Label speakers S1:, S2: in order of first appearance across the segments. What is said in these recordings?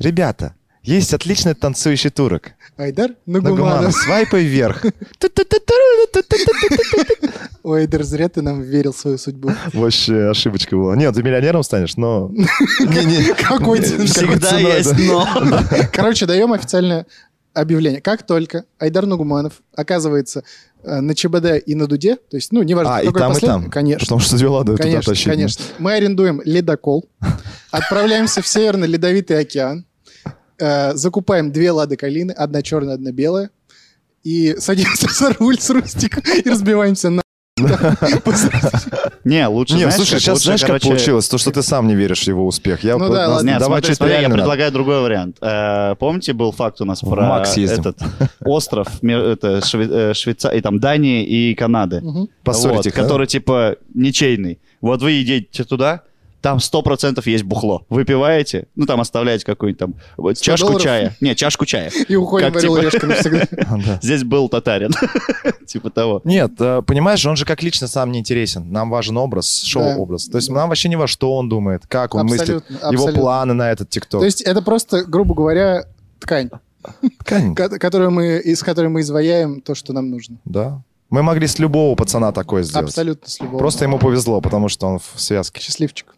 S1: Ребята, есть отличный танцующий турок.
S2: Айдар
S1: Нагуманов,
S2: Нагуманов.
S1: свайпай вверх.
S2: Ой, Айдар, зря ты нам верил в свою судьбу.
S1: Вообще ошибочка была. Нет, ты миллионером станешь, но...
S2: Какой ценой?
S3: Всегда
S1: ценой,
S3: есть
S1: да.
S3: но.
S2: Короче, даем официальное объявление. Как только Айдар Нагуманов оказывается э, на ЧБД и на Дуде, то есть, ну, неважно,
S1: А, и
S2: какой
S1: там, и
S2: послед-
S1: там.
S2: Конечно.
S1: Потому что звезда туда
S2: Конечно,
S1: тащить.
S2: конечно. Мы арендуем ледокол, отправляемся в Северно-Ледовитый океан, э, закупаем две лады калины, одна черная, одна белая, и садимся за руль с рустиком и разбиваемся на...
S3: Не, лучше,
S1: Не,
S3: знаешь,
S1: слушай,
S3: как?
S1: сейчас
S3: Лучше,
S1: знаешь, как
S3: короче,
S1: получилось? То, что ты сам не веришь в его успех. Я
S2: Ну
S1: вот-
S2: да,
S1: нас-
S2: ладно.
S3: Нет,
S1: Давай
S3: смотри,
S1: что-то
S3: смотри, я
S1: реально надо.
S3: предлагаю другой вариант. Э, Помните, был факт у нас
S1: В
S3: про
S1: Макс ездим.
S3: этот остров ми- это, Шве- э, Швейца- и там Дании и Канады,
S2: Мгм.
S1: Поссорить
S3: Вот,
S1: их, а? да?
S3: который типа ничейный. Вот вы едете туда, там 100% есть бухло. Выпиваете, ну там оставляете какую-нибудь там вот,
S2: 100
S3: чашку
S2: долларов?
S3: чая. Не, чашку чая.
S2: И уходим в
S3: Как
S2: Орел и
S3: типа-
S2: Решка навсегда.
S1: Да.
S3: Здесь был татарин. Типа того.
S1: Нет, э, понимаешь, он же как лично сам не интересен. Нам важен образ, шоу-образ. То есть нам вообще не важно, что он думает, как он мыслит,
S2: Абсолютно,
S1: его
S2: абсолютно.
S1: планы на этот
S2: То
S1: ТикТок.
S2: есть это просто, грубо говоря, ткань,
S1: Ткань,
S2: ко- которую мы, из которой мы изваяем то, что нам нужно.
S1: да. Мы могли с любого пацана такое сделать.
S2: Абсолютно с любого.
S1: Просто ему повезло, потому что он в связке.
S2: счастливчик.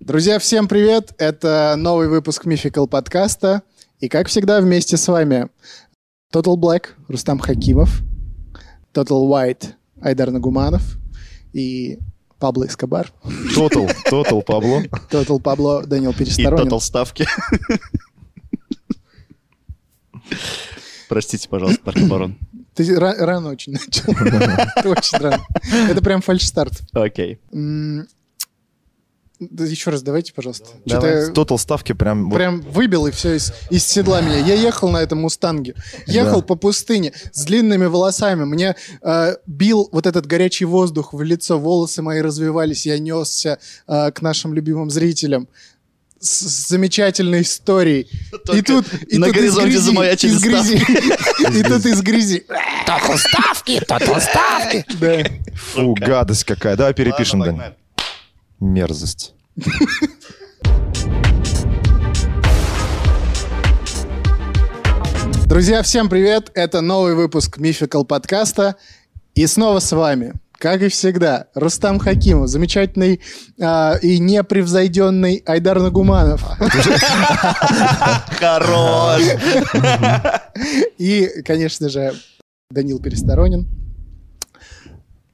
S2: Друзья, всем привет! Это новый выпуск Мификал подкаста. И как всегда вместе с вами Total Black Рустам Хакимов, Total White Айдар Нагуманов и Пабло Эскобар,
S1: Тотал, тотал, Пабло.
S2: Total Пабло Данил
S3: И
S2: Пересторонин.
S3: тотал ставки. Простите, пожалуйста, Паркборон.
S2: Ты ра- рано очень начал. Ты очень рано. Это прям фальшстарт.
S3: Окей.
S2: М, да Еще раз давайте, пожалуйста.
S1: Давай.
S2: Что-то
S1: Тотал ставки прям... вот.
S2: прям выбил и все из, из седла меня. Я ехал на этом мустанге, ехал
S1: Да.
S2: по пустыне с длинными волосами. Мне э, бил вот этот горячий воздух в лицо, волосы мои развивались, я несся э, к нашим любимым зрителям с, с замечательной историей. и
S3: Только
S2: тут и
S3: на
S2: тут из
S3: горизонте
S2: грязи-
S3: замаячили
S2: из грязи- и тут из грязи. Да.
S1: Фу, гадость какая. Давай перепишем, Дань. Мерзость.
S2: Друзья, всем привет! Это новый выпуск Мификал подкаста. И снова с вами, как и всегда, Рустам Хакимов, замечательный а, и непревзойденный Айдар Нагуманов
S3: Хорош!
S2: и, конечно же, Данил Пересторонин.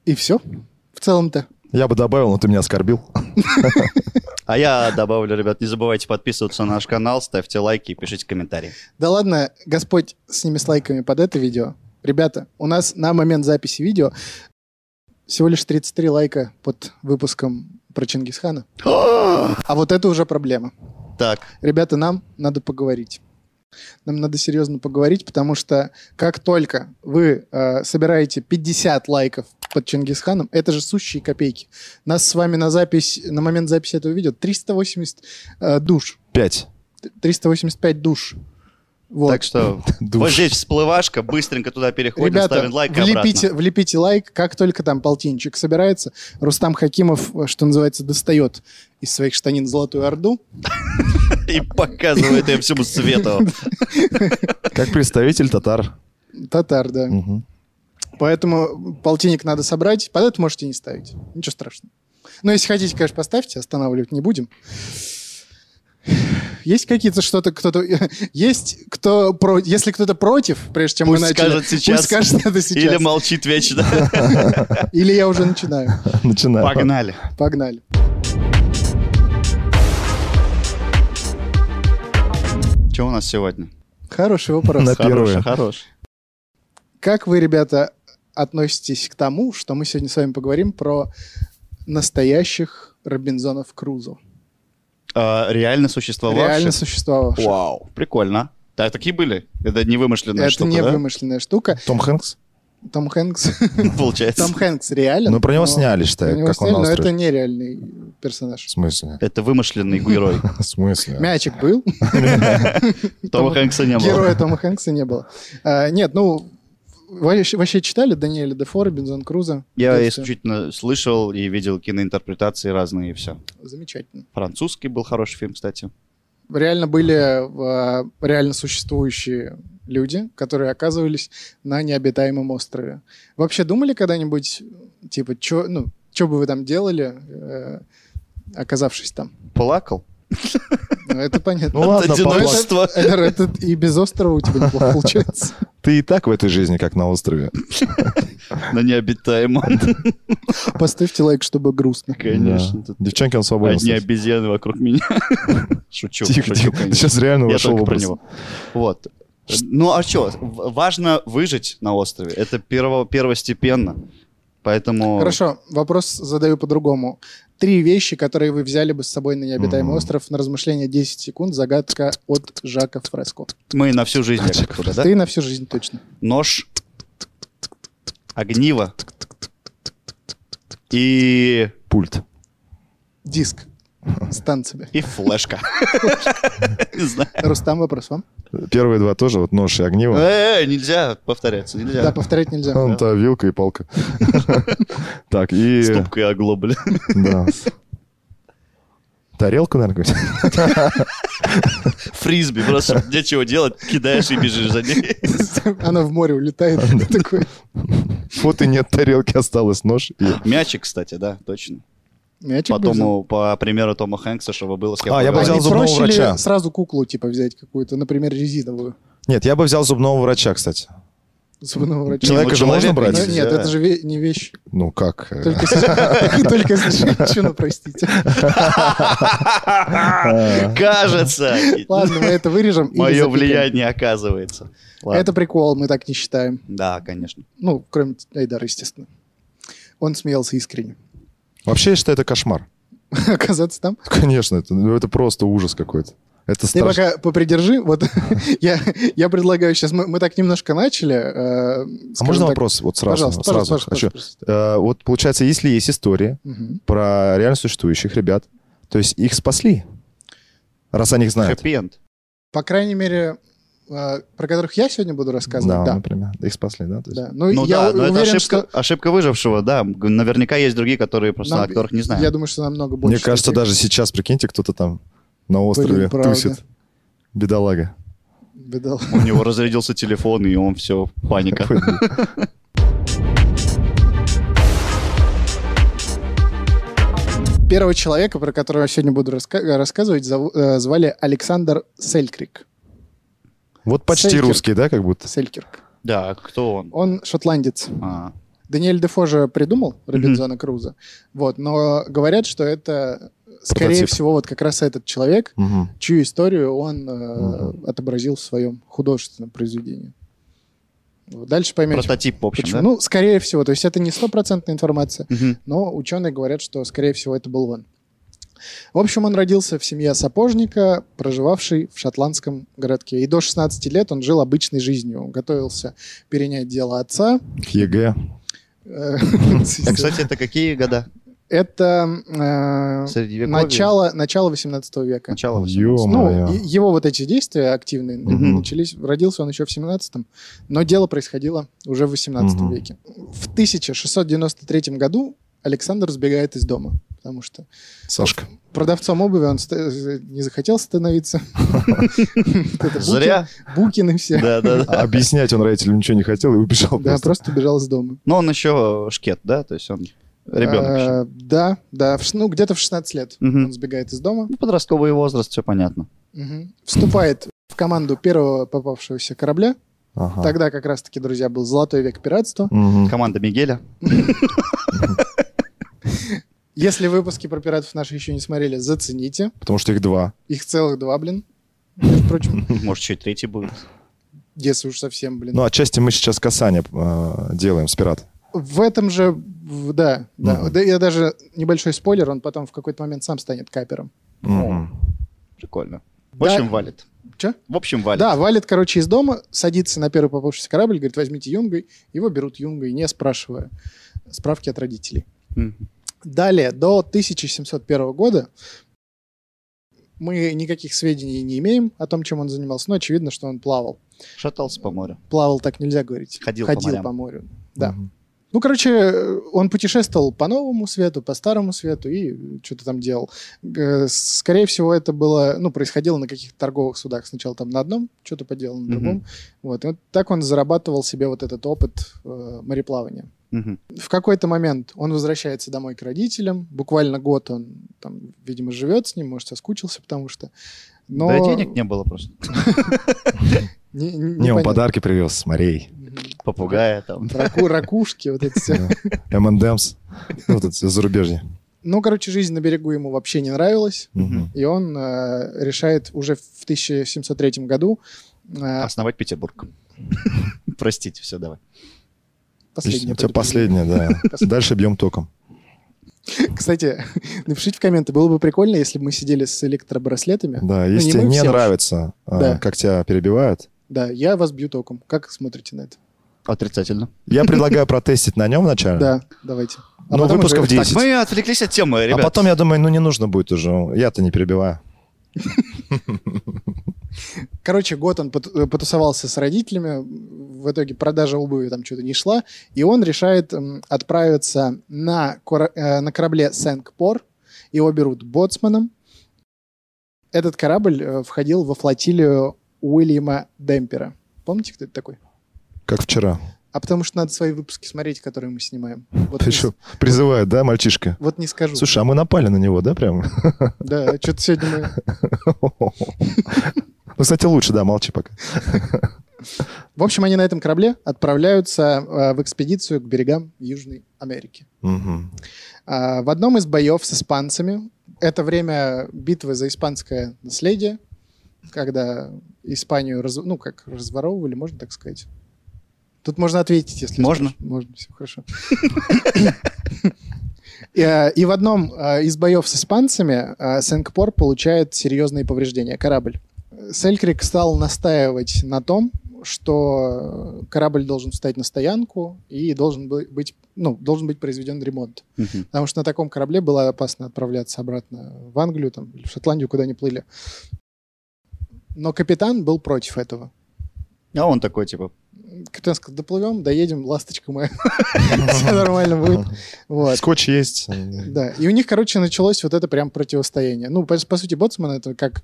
S2: И все. В целом-то.
S1: Я бы добавил, но ты меня оскорбил.
S3: А я добавлю, ребят, не забывайте подписываться на наш канал, ставьте лайки и пишите комментарии.
S2: Да ладно, Господь с ними с лайками под это видео. Ребята, у нас на момент записи видео всего лишь 33 лайка под выпуском про Чингисхана. А вот это уже проблема.
S3: Так,
S2: ребята, нам надо поговорить. Нам надо серьезно поговорить, потому что как только вы э, собираете 50 лайков под Чингисханом, это же сущие копейки. Нас с вами на запись, на момент записи этого видео 380 э, душ.
S1: Пять.
S2: Т- 385 душ. Вот.
S3: так что вот
S1: Душ.
S3: здесь всплывашка, быстренько туда переходим,
S2: Ребята,
S3: ставим лайк и
S2: влепите,
S3: обратно.
S2: влепите лайк, как только там полтинчик собирается. Рустам Хакимов, э, что называется, достает из своих штанин Золотую Орду.
S3: И показывает им всему свету.
S1: Как представитель татар.
S2: Татар, да.
S1: Мгм.
S2: Поэтому полтинник надо собрать. Под это можете не ставить. Ничего страшного. Но если хотите, конечно, поставьте, останавливать не будем. Есть какие-то что-то, кто-то... Есть кто... про- Если кто-то против, прежде чем
S3: Пусть
S2: мы начали...
S3: скажет сейчас.
S2: Пусть скажет это сейчас.
S3: Или молчит вечно.
S2: Или я уже начинаю.
S1: Начинаем.
S3: Погнали.
S2: Погнали.
S3: Что у нас сегодня?
S2: Хороший вопрос.
S1: На- Первое.
S3: Хороший, хороший.
S2: Как вы, ребята, относитесь к тому, что мы сегодня с вами поговорим про настоящих Робинзонов Крузо?
S3: А, Реально существовавший?
S2: Реально существовавших.
S3: Вау, прикольно. Да, такие были? Это не вымышленная
S2: Это
S3: штука,
S2: не
S3: да?
S2: вымышленная штука.
S1: Том Хэнкс?
S2: Том Хэнкс.
S3: получается.
S2: Том Хэнкс реально.
S1: Ну, про него сняли, считай, как он на
S2: но это
S1: острове.
S2: нереальный персонаж.
S1: В смысле?
S3: Это вымышленный герой.
S1: В смысле?
S2: Мячик был,
S3: Тома Хэнкса не было.
S2: героя Тома Хэнкса не было. А, Нет, ну, вообще вообще читали Даниэля Дефора, Бензон Круза? э,
S3: Я
S2: Это
S3: исключительно слышал и видел киноинтерпретации разные, и все.
S2: всё Замечательно.
S3: Французский был хороший фильм, кстати.
S2: Реально были а, реально существующие люди, которые оказывались на необитаемом острове. Вообще думали когда-нибудь, типа, чё, ну, что бы вы там делали, э, оказавшись там?
S3: Плакал?
S2: Ну, это понятно.
S1: Ну
S3: От
S1: ладно, поплакал.
S3: одиночества.
S2: Эдер, это и без острова у тебя неплохо получается.
S1: Ты и так в этой жизни, как на острове.
S3: На необитаемом,
S2: Поставьте лайк, чтобы грустно.
S3: конечно.
S1: Да.
S3: Тут
S1: Девчонки, он свободен.
S3: Одни
S1: кстати.
S3: обезьяны вокруг меня. Шучу,
S1: Тихо,
S3: шучу,
S1: тихо. Ты
S3: конечно.
S1: Сейчас реально
S3: Я
S1: вошел в
S3: только про
S1: образ.
S3: него. Вот. Ну а что, важно выжить на острове. Это перво- первостепенно. Поэтому...
S2: Хорошо, вопрос задаю по-другому. Три вещи, которые вы взяли бы с собой на необитаемый
S1: Мгм.
S2: остров на размышление 10 секунд. Загадка от Жака Фреско.
S3: Мы на всю жизнь как туда, да?
S2: Ты на всю жизнь точно.
S3: Нож, огниво и,
S1: Пульт.
S2: Диск. С танцами.
S3: и флешка. Не знаю.
S2: Рустам, вопрос вам.
S1: Первые два тоже, вот нож и огниво.
S3: Э, нельзя повторяться,
S2: Да,
S3: нельзя.
S2: повторять нельзя.
S1: Он та вилка и палка. Так, и...
S3: С тупкой огло, бля.
S1: Да. Тарелку, наверное, какую-нибудь?
S3: Фрисби, просто нечего делать, кидаешь и бежишь за ней.
S2: Она в море улетает. Ты такой,
S1: Вот и нет тарелки, осталось нож. и-
S3: Мячик, кстати, да, точно.
S2: Мячик бы
S3: Потом,
S2: взял.
S3: у- по примеру Тома Хэнкса, чтобы было с кем
S1: А, я бы
S2: А
S1: взял
S2: не
S3: поговорить.
S1: зубного
S2: проще ли
S1: врача.
S2: сразу куклу, типа, взять какую-то, например, резиновую?
S1: Нет, я бы взял зубного врача, кстати.
S2: Зубного врача.
S1: Человека
S3: ну,
S1: же можно
S3: человека
S2: Ну,
S1: брать?
S3: нельзя.
S2: Нет, это же ве- не вещь.
S1: Ну как? э,
S2: Только если- только если женщина, простите.
S1: А.
S3: Кажется,
S2: Ладно, мы это вырежем. или
S3: мое
S2: запикаем.
S3: влияние оказывается. Ладно.
S2: Это прикол, мы так не считаем.
S3: Да, конечно.
S2: Ну, кроме Айдара, естественно. Он смеялся искренне.
S1: Вообще, я считаю, это кошмар.
S2: Оказаться там.
S1: Конечно, это, ну, это просто ужас какой-то. Это
S2: Ты
S1: страшно.
S2: пока попридержи. Вот я, я предлагаю сейчас... Мы, мы так немножко начали. э,
S1: А
S2: скажем
S1: можно
S2: так,
S1: вопрос вот сразу?
S2: Пожалуйста,
S1: сразу
S2: пожалуйста,
S1: хочу.
S2: пожалуйста,
S1: Э, вот получается, если есть история
S2: пожалуйста. Мгм.
S1: про реально существующих ребят, то есть их спасли, раз они их знают.
S3: Хэппи-энд.
S2: По крайней мере, э, про которых я сегодня буду рассказывать. Да,
S1: например. Их спасли, да? То есть-
S2: да. Ну,
S3: Ну
S2: я
S3: да,
S2: у-
S3: но это
S2: уверен,
S3: ошибка,
S2: что...
S3: ошибка выжившего, да. М, Наверняка есть другие, которые просто
S2: нам-
S3: о которых не
S2: Я
S3: знают.
S2: думаю, что намного больше.
S1: Мне кажется,
S2: таких.
S1: даже сейчас, прикиньте, кто-то там на острове
S2: правда.
S1: тусит. Бедолага.
S2: Бедал.
S3: У него разрядился телефон, и он все, паника.
S1: Какой ты-
S2: Первого человека, про которого я сегодня буду раска- э, рассказывать, зову- э, звали Александр Селькрик.
S1: Вот почти
S2: Селькирк.
S1: русский, да, как будто?
S2: Селькирк.
S3: Да, кто он?
S2: Он шотландец.
S3: А,
S2: Даниэль Дефо же придумал Робинзона Круза. Вот, но говорят, что это, скорее
S1: Прототип.
S2: всего, вот как раз этот человек,
S1: Мгм.
S2: чью историю он э,
S1: Мгм.
S2: отобразил в своем художественном произведении. Вот, Дальше поймете,
S3: Прототип, в общем,
S2: почему.
S3: да?
S2: Ну, скорее всего, то есть это не стопроцентная информация,
S3: Мгм.
S2: но ученые говорят, что, скорее всего, это был он. В общем, он родился в семье сапожника, проживавший в шотландском городке. И до 16 лет он жил обычной жизнью. Он готовился перенять дело отца.
S1: К ЕГЭ.
S2: Э,
S3: А, кстати, это какие года?
S2: Это э,
S3: Средневековье?
S2: начало, начало 18 века.
S3: Начало.
S1: Ё-моё.
S2: Ну, и- его вот эти действия активные
S1: Мгм.
S2: начались. Родился он еще в 17-м, но дело происходило уже в 18
S1: Мгм.
S2: веке. В 1693 году Александр сбегает из дома, потому что
S1: Сашка.
S2: Продавцом обуви он ст- э, не захотел становиться. Вот это
S3: Зря.
S2: Букин- Букины все.
S3: Да, да,
S1: А
S3: да.
S1: Объяснять он родителям ничего не хотел и убежал
S2: Да,
S1: просто.
S2: просто убежал из дома.
S3: Но он еще шкет, да? То есть он ребенок. еще.
S2: А, Да, да. в ш- Ну, где-то в 16 лет
S3: Мгм.
S2: он сбегает из дома.
S3: Ну, подростковый возраст, все понятно.
S2: Мгм. Вступает в команду первого попавшегося корабля.
S1: Ага.
S2: Тогда как раз-таки, друзья, был золотой век пиратства.
S1: Мгм.
S3: Команда Мигеля.
S2: Если выпуски про пиратов наши еще не смотрели, зацените.
S1: Потому что их два.
S2: Их целых два, блин. Между прочим,
S3: Может, еще и третий будет.
S2: если уж совсем, блин.
S1: Ну, отчасти мы сейчас касание э, делаем с пиратом.
S2: В этом же, в- да, да.
S1: Мгм.
S2: Да я даже небольшой спойлер, он потом в какой-то момент сам станет капером.
S1: Мгм.
S3: Прикольно.
S2: Да.
S3: Очень валит.
S2: Че?
S3: В общем, валит.
S2: Да, валит, короче, из дома, садится на первый попавшийся корабль, говорит, возьмите юнгой. Его берут юнгой, не спрашивая справки от родителей.
S3: Мгм.
S2: Далее, до 1701 года мы никаких сведений не имеем о том, чем он занимался, но очевидно, что он плавал.
S3: Шатался по морю.
S2: Плавал так нельзя говорить.
S3: Ходил по
S2: Ходил
S3: морям.
S2: по морю. Да.
S1: Мгм.
S2: Ну, короче, э, он путешествовал по новому свету, по старому свету и что-то там делал. Э, Скорее всего, это было, ну, происходило на каких-то торговых судах. Сначала там на одном, что-то поделал на
S3: Мгм.
S2: другом. Вот. И вот так он зарабатывал себе вот этот опыт э, мореплавания.
S3: Мгм.
S2: В какой-то момент он возвращается домой к родителям. Буквально год он там, видимо, живет с ним, может, соскучился, потому что... Но...
S3: Да и денег не было просто.
S2: Не, не-
S1: Не, он
S2: непонятно.
S1: подарки привез с морей.
S2: Мгм.
S3: Попугая там.
S2: Раку- ракушки, вот это все.
S1: э, M&M's. Ну, Вот это всё зарубежье.
S2: Ну, короче, жизнь на берегу ему вообще не нравилась.
S1: Мгм.
S2: И он э, решает уже в 1703 году э,
S3: Основать Петербург. Простите, все, давай.
S2: последнее
S1: У тебя
S2: предупреждение.
S1: последнее, да. Дальше бьем током.
S2: Кстати, напишите в комменты, было бы прикольно, если бы мы сидели с электробраслетами.
S1: Да, если
S2: Ну, не
S1: тебе
S2: мы
S1: не
S2: все уж.
S1: нравится,
S2: Да.
S1: а, как тебя перебивают,
S2: Да, я вас бью током. Как смотрите на это?
S3: Отрицательно.
S1: я предлагаю протестить на нем вначале.
S2: Да, давайте. А
S1: Ну,
S2: потом
S1: выпусков
S2: уже-
S3: Так,
S1: 10.
S3: мы отвлеклись от темы,
S1: А
S3: ребят.
S1: потом я думаю, ну не нужно будет уже, я-то не перебиваю.
S2: Короче, год он пот- э, потусовался с родителями, в итоге продажа обуви там что-то не шла, и он решает м, отправиться на, кора- э, на корабле Сенкпор, его берут боцманом. Этот корабль э, входил во флотилию Уильяма Демпера. Помните, кто это такой?
S1: Как вчера.
S2: А потому что надо свои выпуски смотреть, которые мы снимаем. Вот,
S1: Ты
S2: не,
S1: что,
S2: с-
S1: призывает, да, мальчишка?
S2: вот не скажу.
S1: Слушай, а мы напали на него, да, прям?
S2: Да, что-то сегодня мы...
S1: Ну, кстати, лучше, да, молчи пока.
S2: В общем, они на этом корабле отправляются э, в экспедицию к берегам Южной Америки.
S1: Мгм.
S2: А, В одном из боев с испанцами, это время битвы за испанское наследие, когда Испанию, раз- ну, как разворовывали, можно так сказать? Тут можно ответить, если...
S3: Можно.
S2: спрашивают. Можно, все хорошо. И, а, И в одном а, из боев с испанцами а, Сенкпор получает серьезные повреждения, корабль. Селькрик стал настаивать на том, что корабль должен встать на стоянку и должен бы- быть, ну, должен быть произведен ремонт.
S3: Мгм.
S2: Потому что на таком корабле было опасно отправляться обратно в Англию там, или в Шотландию, куда они плыли. Но капитан был против этого.
S3: А он такой, типа,
S2: Капитан сказал, доплывем, доедем, ласточка моя. Все нормально будет. Вот.
S1: Скотч есть.
S2: Да. И у них, короче, началось вот это прям противостояние. Ну, по, по сути, Боцман это как...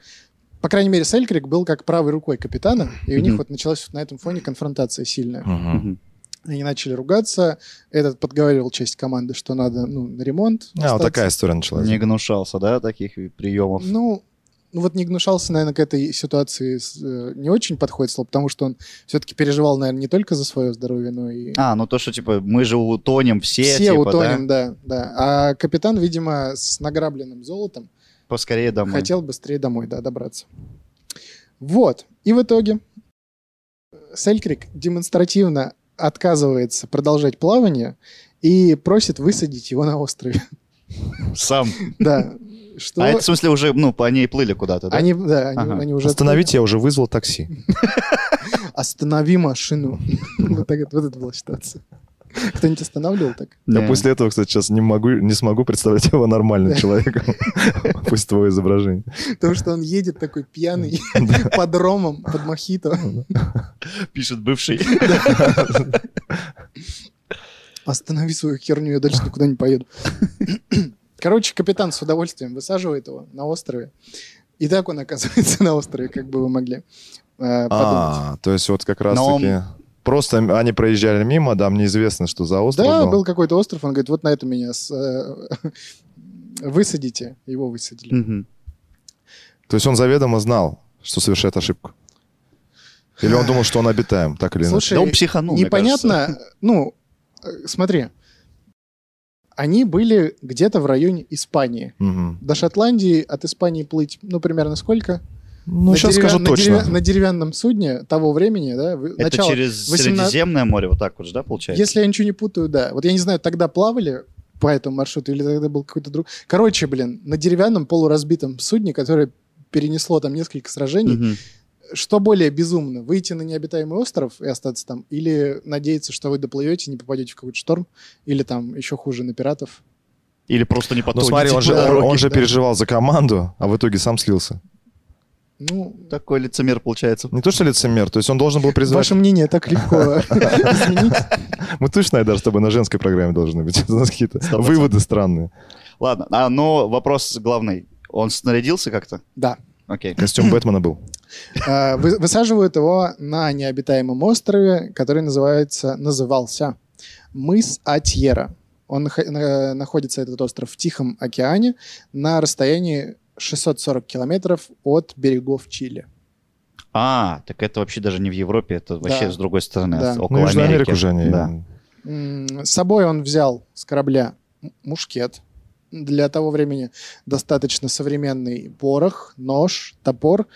S2: По крайней мере, Селькрик был как правой рукой капитана, и у них
S3: Мгм.
S2: вот началась вот на этом фоне конфронтация сильная.
S1: Мгм.
S3: мгм.
S2: Они начали ругаться. Этот подговаривал часть команды, что надо, ну, на ремонт.
S1: А, вот
S2: остаться.
S1: такая история началась.
S3: не гнушался, да, таких приемов.
S2: Ну, ну вот не гнушался, наверное, к этой ситуации с- э, не очень подходит слово, потому что он все-таки переживал, наверное, не только за свое здоровье, но и...
S3: А, ну то, что, типа, мы же утонем все,
S2: Все
S3: типа,
S2: утонем, да? да, А капитан, видимо, с награбленным золотом
S3: да? Поскорее домой.
S2: хотел быстрее домой, да, добраться. Вот. И в итоге Селькрик демонстративно отказывается продолжать плавание и просит высадить его на острове.
S3: Сам.
S2: Да. Что...
S3: А это, в смысле, уже, ну, по ней плыли куда-то, да?
S2: Они, да, они,
S3: Ага.
S2: они уже...
S1: Остановить я уже вызвал такси.
S2: останови машину. Вот так это- вот это была ситуация. Кто-нибудь останавливал так?
S1: Я
S3: Не.
S1: после этого, кстати, сейчас не могу, не смогу представлять его нормальным человеком. Пусть твое изображение.
S2: Потому что он едет такой пьяный под ромом, под мохито.
S3: Пишет бывший.
S2: Останови свою херню, я дальше никуда не поеду. Короче, капитан с удовольствием высаживает его на острове. И так он оказывается на острове, как бы вы могли э, подумать.
S1: А, то есть вот как раз
S3: Но он-
S1: таки... Просто они проезжали мимо, там неизвестно, что за остров
S2: Да,
S1: был.
S2: был какой-то остров, он говорит, вот на это меня с- э, высадите. Его высадили.
S3: Мгм.
S1: То есть он заведомо знал, что совершает ошибку. Или он думал, что он обитаем, так или иначе.
S2: Слушай,
S3: Да он психанул, мне кажется.
S2: Непонятно, ну, э, смотри, они были где-то в районе Испании.
S1: Мгм.
S2: До Шотландии от Испании плыть, ну, примерно сколько?
S1: Ну,
S2: На
S1: сейчас
S2: деревя-
S1: скажу
S2: на
S1: точно.
S2: деревя- на деревянном судне того времени, да, в-
S3: Это
S2: начало-
S3: через
S2: 18
S3: Средиземное море вот так вот же, да, получается?
S2: Если я ничего не путаю, да. Вот я не знаю, тогда плавали по этому маршруту или тогда был какой-то друг... Короче, блин, на деревянном полуразбитом судне, которое перенесло там несколько сражений,
S3: Мгм.
S2: что более безумно, выйти на необитаемый остров и остаться там, или надеяться, что вы доплывете, не попадете в какой-то шторм, или там еще хуже на пиратов?
S3: Или просто не Типа
S1: Ну
S3: потонете.
S1: смотри, он
S3: по
S1: же, он-
S3: дороге.
S1: он же
S2: типа да.
S1: переживал за команду, а в итоге сам слился.
S2: Ну,
S3: Такой лицемер получается.
S1: Не то, что лицемер, то есть он должен был призвать...
S2: ваше мнение так легко изменить.
S1: Мы точно, Айдар, с тобой на женской программе должны быть. У нас какие-то
S3: процентов.
S1: выводы странные.
S3: Ладно, а, но вопрос главный. Он снарядился как-то?
S2: Да.
S3: Окей.
S1: Костюм Бэтмена был.
S2: Э, вы- Высаживают его на необитаемом острове, который называется, назывался мыс Атьера. Он нах- на- находится, этот остров, в Тихом океане на расстоянии 640 километров от берегов Чили.
S3: А, так это вообще даже не в Европе, это вообще с другой стороны,
S2: Да.
S3: с-
S1: Ну,
S3: около
S1: Южную
S3: Америки.
S1: Америку же они...
S3: Да.
S2: М, С собой он взял с корабля м- мушкет. Для того времени достаточно современный порох, нож, топор,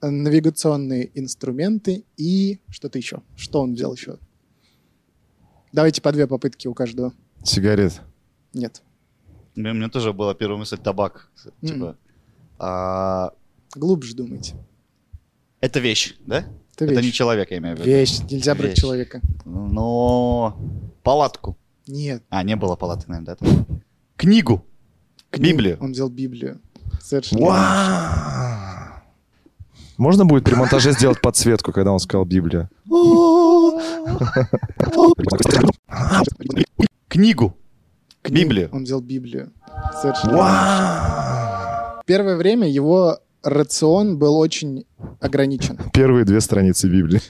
S2: э, навигационные инструменты и что-то еще. Что он взял еще? Давайте по две попытки у каждого.
S1: Сигарет.
S2: Нет.
S3: Ну, У меня тоже была первая мысль табак. Типа. А,
S2: Глубже думайте.
S3: Это вещь, да?
S2: Это
S3: Это
S2: вещь.
S3: не человек, я имею в виду.
S2: Вещь. Нельзя брать
S3: Вещь.
S2: человека.
S3: Но палатку.
S2: Нет.
S3: А, не было палаты, наверное, да? там? Книгу.
S2: Книгу.
S3: Библию.
S2: Он взял Библию. Совершенно.
S1: Вау! Можно будет при монтаже сделать подсветку, когда он сказал Библия?
S3: Книгу.
S2: Книгу.
S3: Библию.
S2: Он взял Библию. Совершенно.
S1: Вау!
S2: Первое время его рацион был очень ограничен.
S1: Первые две страницы Библии.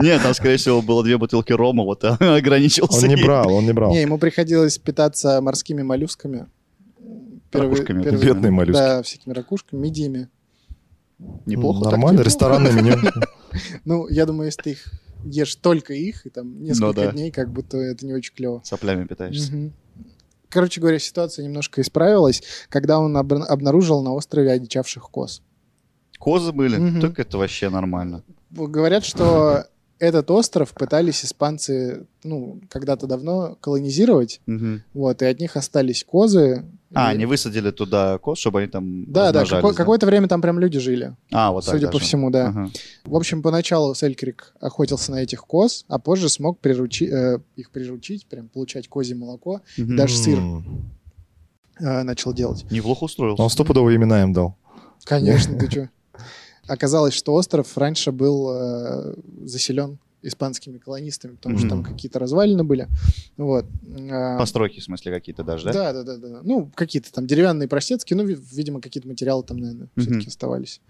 S3: Нет, там, скорее всего, было две бутылки рома, вот он ограничился.
S1: Он не
S3: ей.
S1: брал, он не брал.
S2: Не, ему приходилось питаться морскими моллюсками. Первые-
S3: Ракушками.
S2: первые-
S1: Бедные моллюски.
S2: Да, всякими ракушками, мидиями.
S3: Неплохо. так,
S1: Нормально,
S3: неплохо.
S1: ресторанное меню.
S2: Ну, я думаю, если ты их ешь только их, и там несколько
S3: да.
S2: дней, как будто это не очень клево.
S3: Соплями питаешься.
S2: Мгм. Короче говоря, ситуация немножко исправилась, когда он обр- обнаружил на острове одичавших коз.
S3: Козы были,
S2: Мгм.
S3: так это вообще нормально.
S2: Говорят, что этот остров пытались испанцы, ну, когда-то давно колонизировать,
S3: Мгм.
S2: вот, и от них остались козы.
S3: А,
S2: И-
S3: они высадили туда коз, чтобы они там
S2: Да, да,
S3: размножались,
S2: какое- какое-то время там прям люди жили,
S3: А, вот так
S2: судя по
S3: даже.
S2: всему, да.
S3: Ага.
S2: В общем, поначалу Селькрик охотился на этих коз, а позже смог приручи- э, их приручить, прям получать козье молоко,
S3: Мгм.
S2: Даже сыр.
S1: М.
S2: э, начал делать.
S3: Неплохо устроился.
S1: Он стопудово имена им дал.
S2: Конечно, ты чё. Оказалось, что остров раньше был э, заселен испанскими колонистами, потому что там
S1: Мгм.
S2: какие-то развалины были. Вот. Э,
S3: Постройки, в смысле, какие-то даже, да?
S2: Да, да, да, да. Ну, какие-то там деревянные простецкие, ну, ви- видимо, какие-то материалы там, наверное,
S3: Мгм.
S2: все-таки оставались.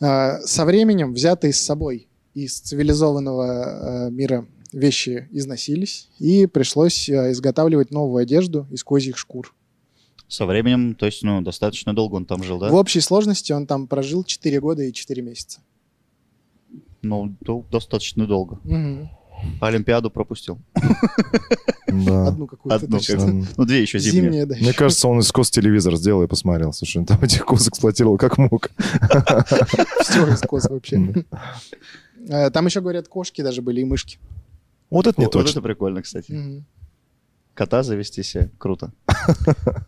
S2: А, Со временем взятые с собой из цивилизованного э, мира вещи износились, и пришлось э, изготавливать новую одежду из козьих шкур.
S3: Со временем, то есть, ну, достаточно долго он там жил, да?
S2: В общей сложности он там прожил 4 года и 4 месяца.
S3: Ну, до- достаточно долго.
S2: Мгм.
S3: А Олимпиаду пропустил.
S1: Да.
S2: Одну какую-то.
S3: А, Одну
S2: точно.
S1: М.
S3: Ну, две еще зимние.
S2: Зимняя, да.
S1: Мне
S2: ещё.
S1: кажется, он из коз телевизор сделал и посмотрел. Слушай, он там этих коз эксплуатировал как мог.
S2: Всё из коз вообще. Э, Там еще, говорят, кошки даже были и мышки.
S1: Вот это не
S3: Вот- вот
S1: точно.
S3: это прикольно, кстати.
S2: Мгм.
S3: Кота завести себе, круто.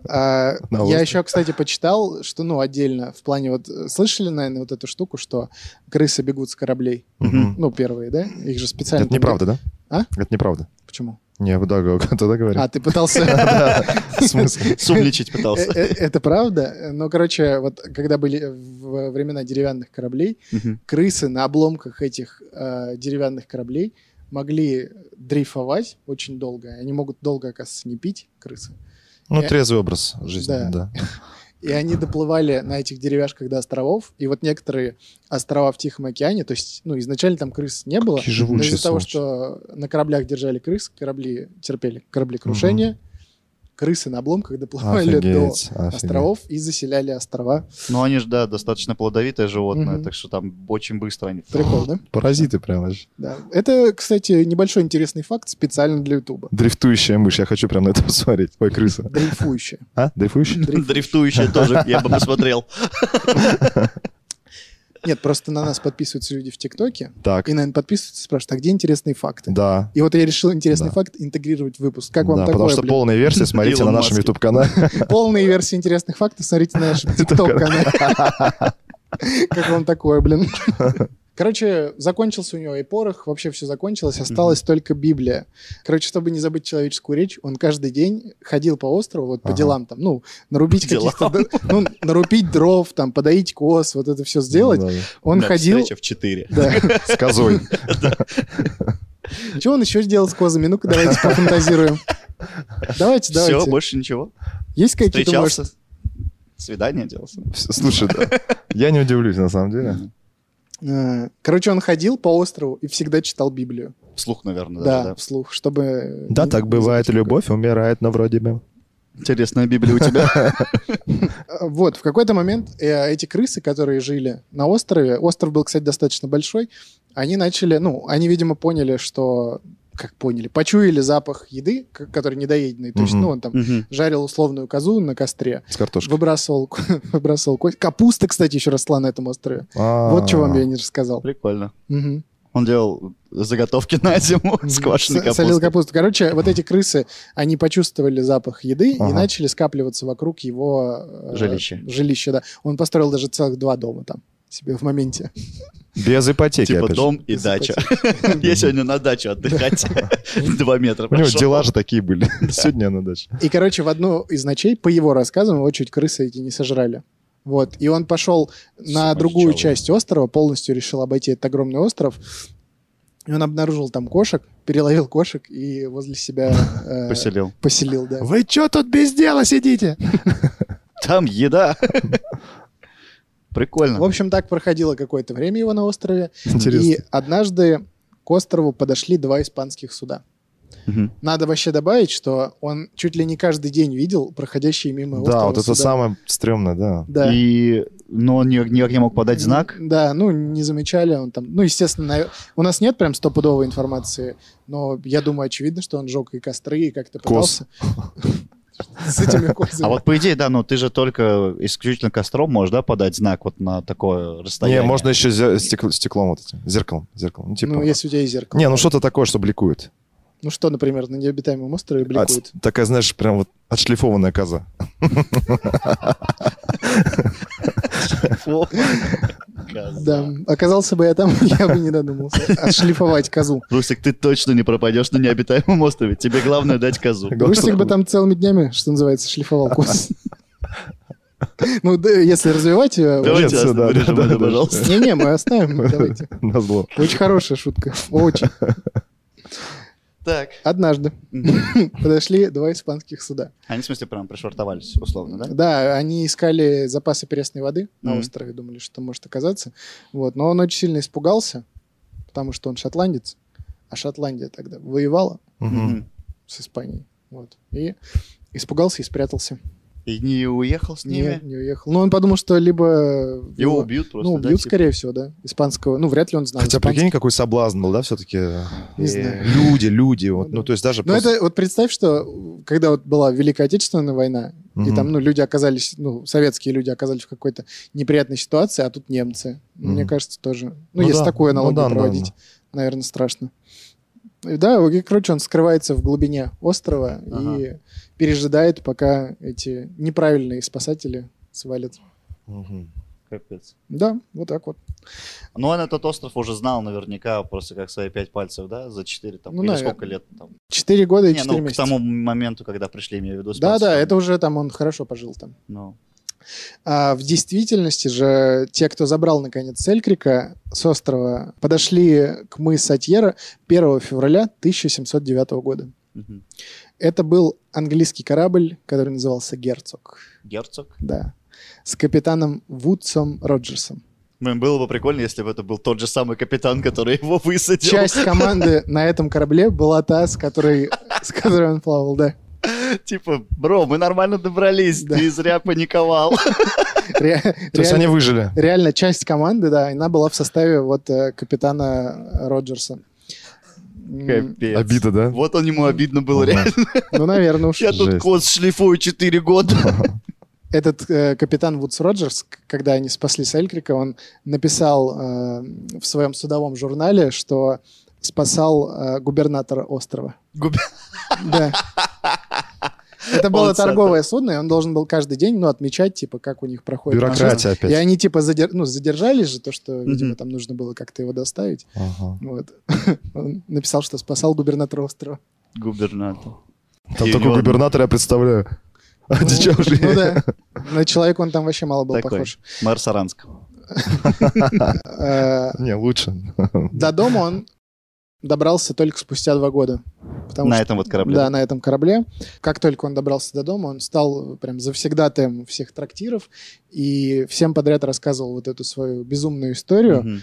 S2: А,
S1: На
S2: я
S1: остров.
S2: еще, кстати, почитал, что, ну, отдельно, в плане вот, э, слышали, наверное, вот эту штуку, что крысы бегут с кораблей?
S1: Мгм.
S2: Ну, первые, да? Их же специально...
S1: Это неправда, да?
S2: А?
S1: Это неправда.
S2: Почему?
S1: Не, да, г- тогда говори.
S2: А, ты пытался... А,
S1: В смысле?
S3: Сумничать
S2: Э,
S3: пытался.
S2: э, Это правда? Ну, короче, вот когда были в времена деревянных кораблей,
S3: Мгм.
S2: крысы на обломках этих э, деревянных кораблей могли дрейфовать очень долго. Они могут долго, оказывается, не пить, крысы.
S1: Ну,
S2: Я-
S1: трезвый образ жизни,
S2: Да.
S1: да.
S2: И они доплывали на этих деревяшках до островов. И вот некоторые острова в Тихом океане, то есть, ну, изначально там крыс не было.
S1: Какие
S2: Но
S1: живучие
S2: из-за того,
S1: сволочи.
S2: что на кораблях держали крыс, корабли терпели кораблекрушение, крысы на обломках доплывали
S1: Офигеть,
S2: до
S1: офигеть.
S2: островов и заселяли острова.
S3: Ну, они же, да, достаточно плодовитое животное,
S2: Мгм.
S3: так что там очень быстро они...
S2: Прикол, да?
S1: Паразиты прям вообще.
S2: Да. Это, кстати, небольшой интересный факт специально для Ютуба.
S1: Дрифтующая мышь, я хочу прям на это посмотреть. Ой, крыса.
S2: Дрейфующие.
S1: А, дрейфующая?
S2: Дрейф-
S3: Дрифтующие тоже, я бы посмотрел.
S2: Нет, просто на нас подписываются люди в ТикТоке.
S1: Так,
S2: И, наверное, подписываются и спрашивают, а где интересные факты?
S1: да.
S2: И вот я решил интересный
S1: Да.
S2: факт интегрировать в выпуск. Как вам
S1: да,
S2: такое?
S1: потому что
S2: блин?
S1: полная версия смотрите на
S3: Илон
S1: нашем
S3: Маск.
S1: YouTube-канале.
S2: Полные версии интересных фактов смотрите на нашем TikTok-канале. Как он такой, блин. Короче, закончился у него и порох, вообще все закончилось, осталась только Библия. Короче, чтобы не забыть человеческую речь, он каждый день ходил по острову, вот по
S1: Ага.
S2: делам там, ну, нарубить
S3: По делам.
S2: каких-то, д- ну, нарубить дров, там, подоить коз, вот это все сделать.
S1: Да, да.
S2: Он
S3: Ну Да,
S2: ходил...
S3: Встреча в 4.
S2: Да.
S1: С козой.
S2: Что он еще сделал с козами? Ну-ка, давайте пофантазируем. Давайте,
S3: Все,
S2: давайте.
S3: больше ничего.
S2: Есть какие-то, может,
S3: Встречался. Свидание делал.
S1: Слушай, да. я не удивлюсь, на самом деле.
S2: Э, Короче, он ходил по острову и всегда читал Библию.
S3: Вслух, наверное,
S2: Да,
S3: даже, да.
S2: вслух, чтобы... э,
S1: Да,
S2: не-
S1: так
S2: не
S1: бывает,
S2: забыть
S1: любовь умирает, но вроде бы.
S3: Интересная Библия у тебя.
S2: такое. Э, Вот, в какой-то момент э, эти крысы, которые жили на острове, остров был, кстати, достаточно большой, они начали, ну, они, видимо, поняли, что... Как поняли? Почуяли запах еды, к- который недоеденный. То есть,
S1: Мгм.
S2: ну, он там
S3: Мгм.
S2: жарил условную козу на костре,
S1: С картошкой.
S2: выбрасывал, выбрасывал кость. Капуста, кстати, еще росла на этом острове. Вот
S1: А,
S2: что вам я не рассказал.
S3: Прикольно.
S2: Мгм.
S3: Он делал заготовки на зиму с квашеной
S2: С- Солил
S3: капустой.
S2: капусту. Короче, вот эти крысы, они почувствовали запах еды и
S1: Ага.
S2: начали скапливаться вокруг его... э,
S3: Жилища.
S2: Жилища, да. Он построил даже целых два дома там себе в моменте.
S1: Без ипотеки,
S3: Типа
S1: опять же.
S3: дом и дача. Я сегодня на дачу отдыхать. Два метра
S1: У него
S3: прошел.
S1: дела же такие были. Сегодня на даче.
S2: И, короче, в одну из ночей, по его рассказам, его чуть крысы эти не сожрали. Вот. И он пошел на
S3: Сука,
S2: другую
S3: чё вы.
S2: часть острова, полностью решил обойти этот огромный остров. И он обнаружил там кошек, переловил кошек и возле себя э,
S3: Поселил.
S2: поселил, да.
S1: Вы что тут без дела сидите?
S3: Там еда.
S2: В
S3: Прикольно.
S2: общем, так проходило какое-то время его на острове.
S1: Интересно.
S2: И однажды к острову подошли два испанских суда.
S3: Мгм.
S2: Надо вообще добавить, что он чуть ли не каждый день видел проходящие мимо
S1: Да,
S2: острова
S1: вот это
S2: суда.
S1: самое стрёмное, да.
S2: Да.
S3: И... Но он ни- никак не мог подать знак.
S2: Да, ну, не замечали он там. Ну, естественно, на- у нас нет прям стопудовой информации, но я думаю, очевидно, что он жег и костры, и как-то
S1: Кос.
S2: пытался. С этими козами.
S3: А вот по идее, да, ну ты же только исключительно костром можешь, да, подать знак вот на такое
S1: Не,
S3: расстояние.
S1: можно еще стеклом вот этим, зеркалом, зеркалом. Ну,
S2: Ну,
S1: типа.
S2: если у тебя есть зеркало.
S1: Не, ну что-то такое, что бликует.
S2: Ну, что, например, на необитаемом острове
S1: А,
S2: бликует?
S1: Такая, знаешь, прям вот отшлифованная коза.
S3: Фу.
S2: Да, оказался бы я там, я бы не додумался. Отшлифовать козу.
S3: Русик, ты точно не пропадешь на необитаемом острове. Тебе главное дать козу.
S2: Рустик бы там целыми днями, что называется, шлифовал кос. Ну, да, если развивать ее...
S3: Давайте
S1: Нет, всё, да,
S3: вырежем
S1: да,
S3: это,
S1: да,
S3: пожалуйста.
S2: Не-не, мы оставим, Ну, давайте.
S1: На зло.
S2: Очень хорошая шутка. Очень.
S3: Так.
S2: Однажды подошли два испанских суда.
S3: Они, в смысле, прям пришвартовались, условно, да?
S2: Да, они искали запасы пресной воды на
S3: Мгм.
S2: острове, думали, что там может оказаться. Вот, но он очень сильно испугался, потому что он шотландец, а Шотландия тогда воевала
S1: Мгм.
S3: Мгм.
S2: с Испанией. Вот. И испугался и спрятался.
S3: И не уехал с
S2: Не,
S3: ними.
S2: не уехал. Но он подумал, что либо...
S3: Его
S2: его-
S3: убьют просто.
S2: Ну,
S3: да,
S2: убьют,
S3: типа?
S2: скорее всего, да. Испанского. Ну, вряд ли он знал.
S1: Хотя,
S2: испанский.
S1: прикинь, какой соблазн был, да, все-таки?
S2: Не знаю.
S1: Люди, люди. вот,
S2: Ну да.
S1: Ну, то есть даже...
S2: Ну,
S1: просто-
S2: это вот представь, что когда вот была Великая Отечественная война, и
S1: Мгм.
S2: там, ну, люди оказались, ну, советские люди оказались в какой-то неприятной ситуации, а тут немцы. Ну, Мне
S1: Мгм.
S2: кажется, тоже.
S1: Ну
S2: Ну, если
S1: да.
S2: такую
S1: Ну
S2: аналогию
S1: да, да,
S2: проводить, наверное, страшно. И Да, и, короче, он скрывается в глубине острова и
S3: Ага.
S2: пережидает, пока эти неправильные спасатели свалят.
S1: Мгм.
S3: Капец.
S2: Да, вот так вот.
S3: Ну, он этот остров уже знал наверняка просто как свои пять пальцев, да, за четыре, там,
S2: Ну,
S3: или
S2: наверное.
S3: сколько лет там.
S2: Четыре года и
S3: Не,
S2: четыре
S3: ну, к
S2: месяца.
S3: тому моменту, когда пришли, имею в виду. с
S2: да, да,
S3: пальцев.
S2: это уже там он хорошо пожил там.
S3: Ну,
S2: А в действительности же те, кто забрал, наконец, Селькрика с острова, подошли к мыс Сатьера 1 февраля 1709 года.
S3: мгм.
S2: Это был английский корабль, который назывался «Герцог»,
S3: Герцог.
S2: да, с капитаном Вудсом Роджерсом.
S3: Блин, было бы прикольно, если бы это был тот же самый капитан, который его высадил.
S2: Часть команды на этом корабле была та, с которой, с которой он плавал, да.
S3: Типа, бро, мы нормально добрались,
S2: Да.
S3: ты зря паниковал.
S2: Ре-
S1: То есть
S2: реально-
S1: они выжили.
S2: Реально, часть команды, да, она была в составе вот э, капитана Роджерса. М,
S3: Капец.
S1: Обида, да?
S3: Вот он ему обидно было,
S1: Ага.
S3: реально.
S2: Ну, наверное уж.
S3: Я тут
S1: Жесть.
S3: код шлифую 4 года.
S2: Этот э, капитан Вудс Роджерс, к- когда они спасли Селькрика, он написал э, в своем судовом журнале, что спасал э, губернатора острова.
S3: Губ-
S2: Да. Это было
S3: Он с это-
S2: торговое судно, и он должен был каждый день, ну, отмечать, типа, как у них проходит маршрут.
S1: Бюрократия
S2: И
S1: опять.
S2: они, типа, задер- ну, задержались же, то, что, видимо,
S3: Мгм.
S2: там нужно было как-то его доставить.
S1: Ага.
S2: Вот. Он написал, что спасал губернатора острова.
S3: Губернатор.
S1: Там
S3: И
S1: такой
S3: он-
S1: губернатор, я представляю. А
S2: Ну,
S1: Дичавший.
S2: Ну да. На человека он там вообще мало был
S3: Такой.
S2: похож.
S3: Мэр Саранска.
S2: Э,
S1: Не, лучше. А
S2: До дома он добрался только спустя два года. Потому
S3: На
S2: что-
S3: этом вот корабле.
S2: Да, на этом корабле. Как только он добрался до дома, он стал прям завсегдатаем всех трактиров и всем подряд рассказывал вот эту свою безумную историю.
S3: Мгм.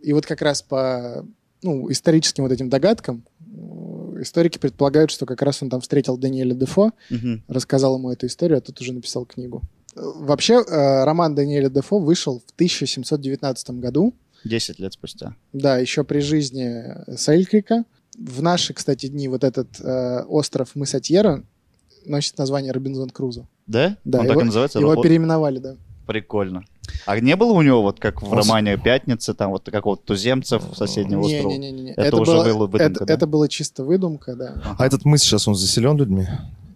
S2: И вот как раз по ну, историческим вот этим догадкам э, историки предполагают, что как раз он там встретил Даниэля Дефо,
S3: Мгм.
S2: рассказал ему эту историю, а тот уже написал книгу. Э, Вообще, э, роман Даниэля Дефо вышел в 1719 году.
S3: Десять лет спустя.
S2: Да, еще при жизни Сельклика. В наши, кстати, дни вот этот э, остров Мысатьера носит название Робинзон Крузо.
S3: Да?
S2: Да,
S3: Он так
S2: его-
S3: и называется?
S2: Его
S3: Ро-
S2: переименовали, да.
S3: Прикольно. А не было у него вот как в
S1: Он с-
S3: романе «Пятница», там вот какого-то туземца в соседнем острова?
S2: Не-не-не.
S3: Это уже было выдумка,
S2: это,
S3: да?
S2: это было чисто выдумка, да.
S1: А этот мыс сейчас, он заселен людьми?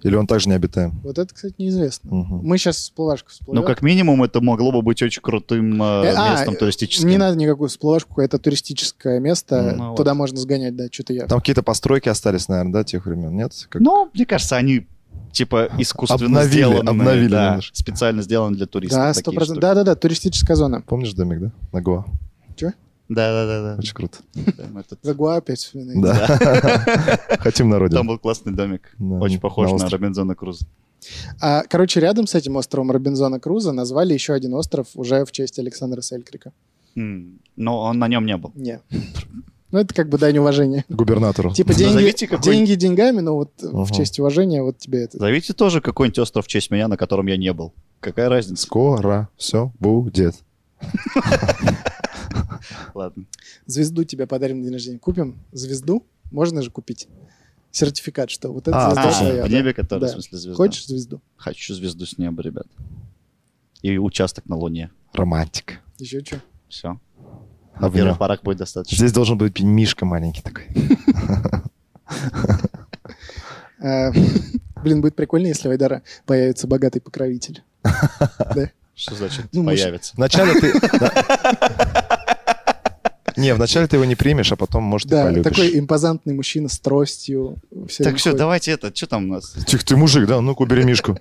S1: Или он также необитаем?
S2: Вот это, кстати, неизвестно.
S1: Мгм.
S2: Мы сейчас всплывашку всплывем.
S3: Ну, как минимум, это могло бы быть очень крутым э,
S2: Э, а,
S3: местом
S2: э,
S3: туристическим.
S2: Не надо никакую всплывашку, это туристическое место,
S3: Ну,
S2: туда можно сгонять, да, что-то я...
S1: Там какие-то постройки остались, наверное, да, тех времен, нет? Как-
S3: Ну, мне кажется, они типа искусственно
S1: Обновили,
S3: сделаны.
S1: обновили
S3: да,
S1: немножко.
S3: специально сделаны для туристов.
S2: Да,
S3: такие
S2: сто процентов.
S3: штуки.
S2: Да-да-да, туристическая зона.
S1: Помнишь домик, да? На Гоа.
S3: Да, да, да. да.
S1: Очень круто.
S3: Там этот-
S2: Загуа опять. вспоминается.
S1: Да. Хотим на родину.
S3: Там был классный домик.
S1: Да,
S3: Очень похож
S1: на
S3: на,
S1: остров.
S3: Робинзона Круза.
S2: А, короче, рядом с этим островом Робинзона Круза назвали еще один остров уже в честь Александра Селькрика.
S3: М, Но он на нем не был.
S2: Не. Ну, это как бы дань уважения.
S1: Губернатору.
S2: Типа деньги,
S3: Назовите какой-нибудь-
S2: деньги деньгами, но вот в
S1: Ага.
S2: честь уважения вот тебе это.
S3: Зовите тоже какой-нибудь остров в честь меня, на котором я не был. Какая разница?
S1: Скоро все будет.
S3: Ладно.
S2: Звезду тебе подарим на день рождения. Купим звезду? Можно же купить сертификат, что вот эта
S1: А,
S2: звезда
S1: точно,
S2: твоя,
S3: в
S2: да.
S3: небе, который,
S2: Да.
S3: в смысле, звезда.
S2: Хочешь звезду?
S3: Хочу звезду с неба, ребят. И участок на Луне.
S1: Романтик.
S2: Еще что?
S3: Все.
S1: А в
S3: Первых
S1: нём?
S3: парах будет достаточно.
S1: Здесь должен быть мишка маленький такой.
S2: А, Блин, будет прикольно, если у Айдара появится богатый покровитель.
S3: Что значит
S2: Ну, мы же-
S3: появится?
S1: Вначале ты... Не, вначале ты его не примешь, а потом, может, и
S2: Да,
S1: полюбишь.
S2: такой импозантный мужчина с тростью. всё
S3: Так
S2: время
S3: все,
S2: ходит.
S3: давайте это, что там у нас?
S1: Тихо, ты мужик, да? Ну-ка, убери мишку.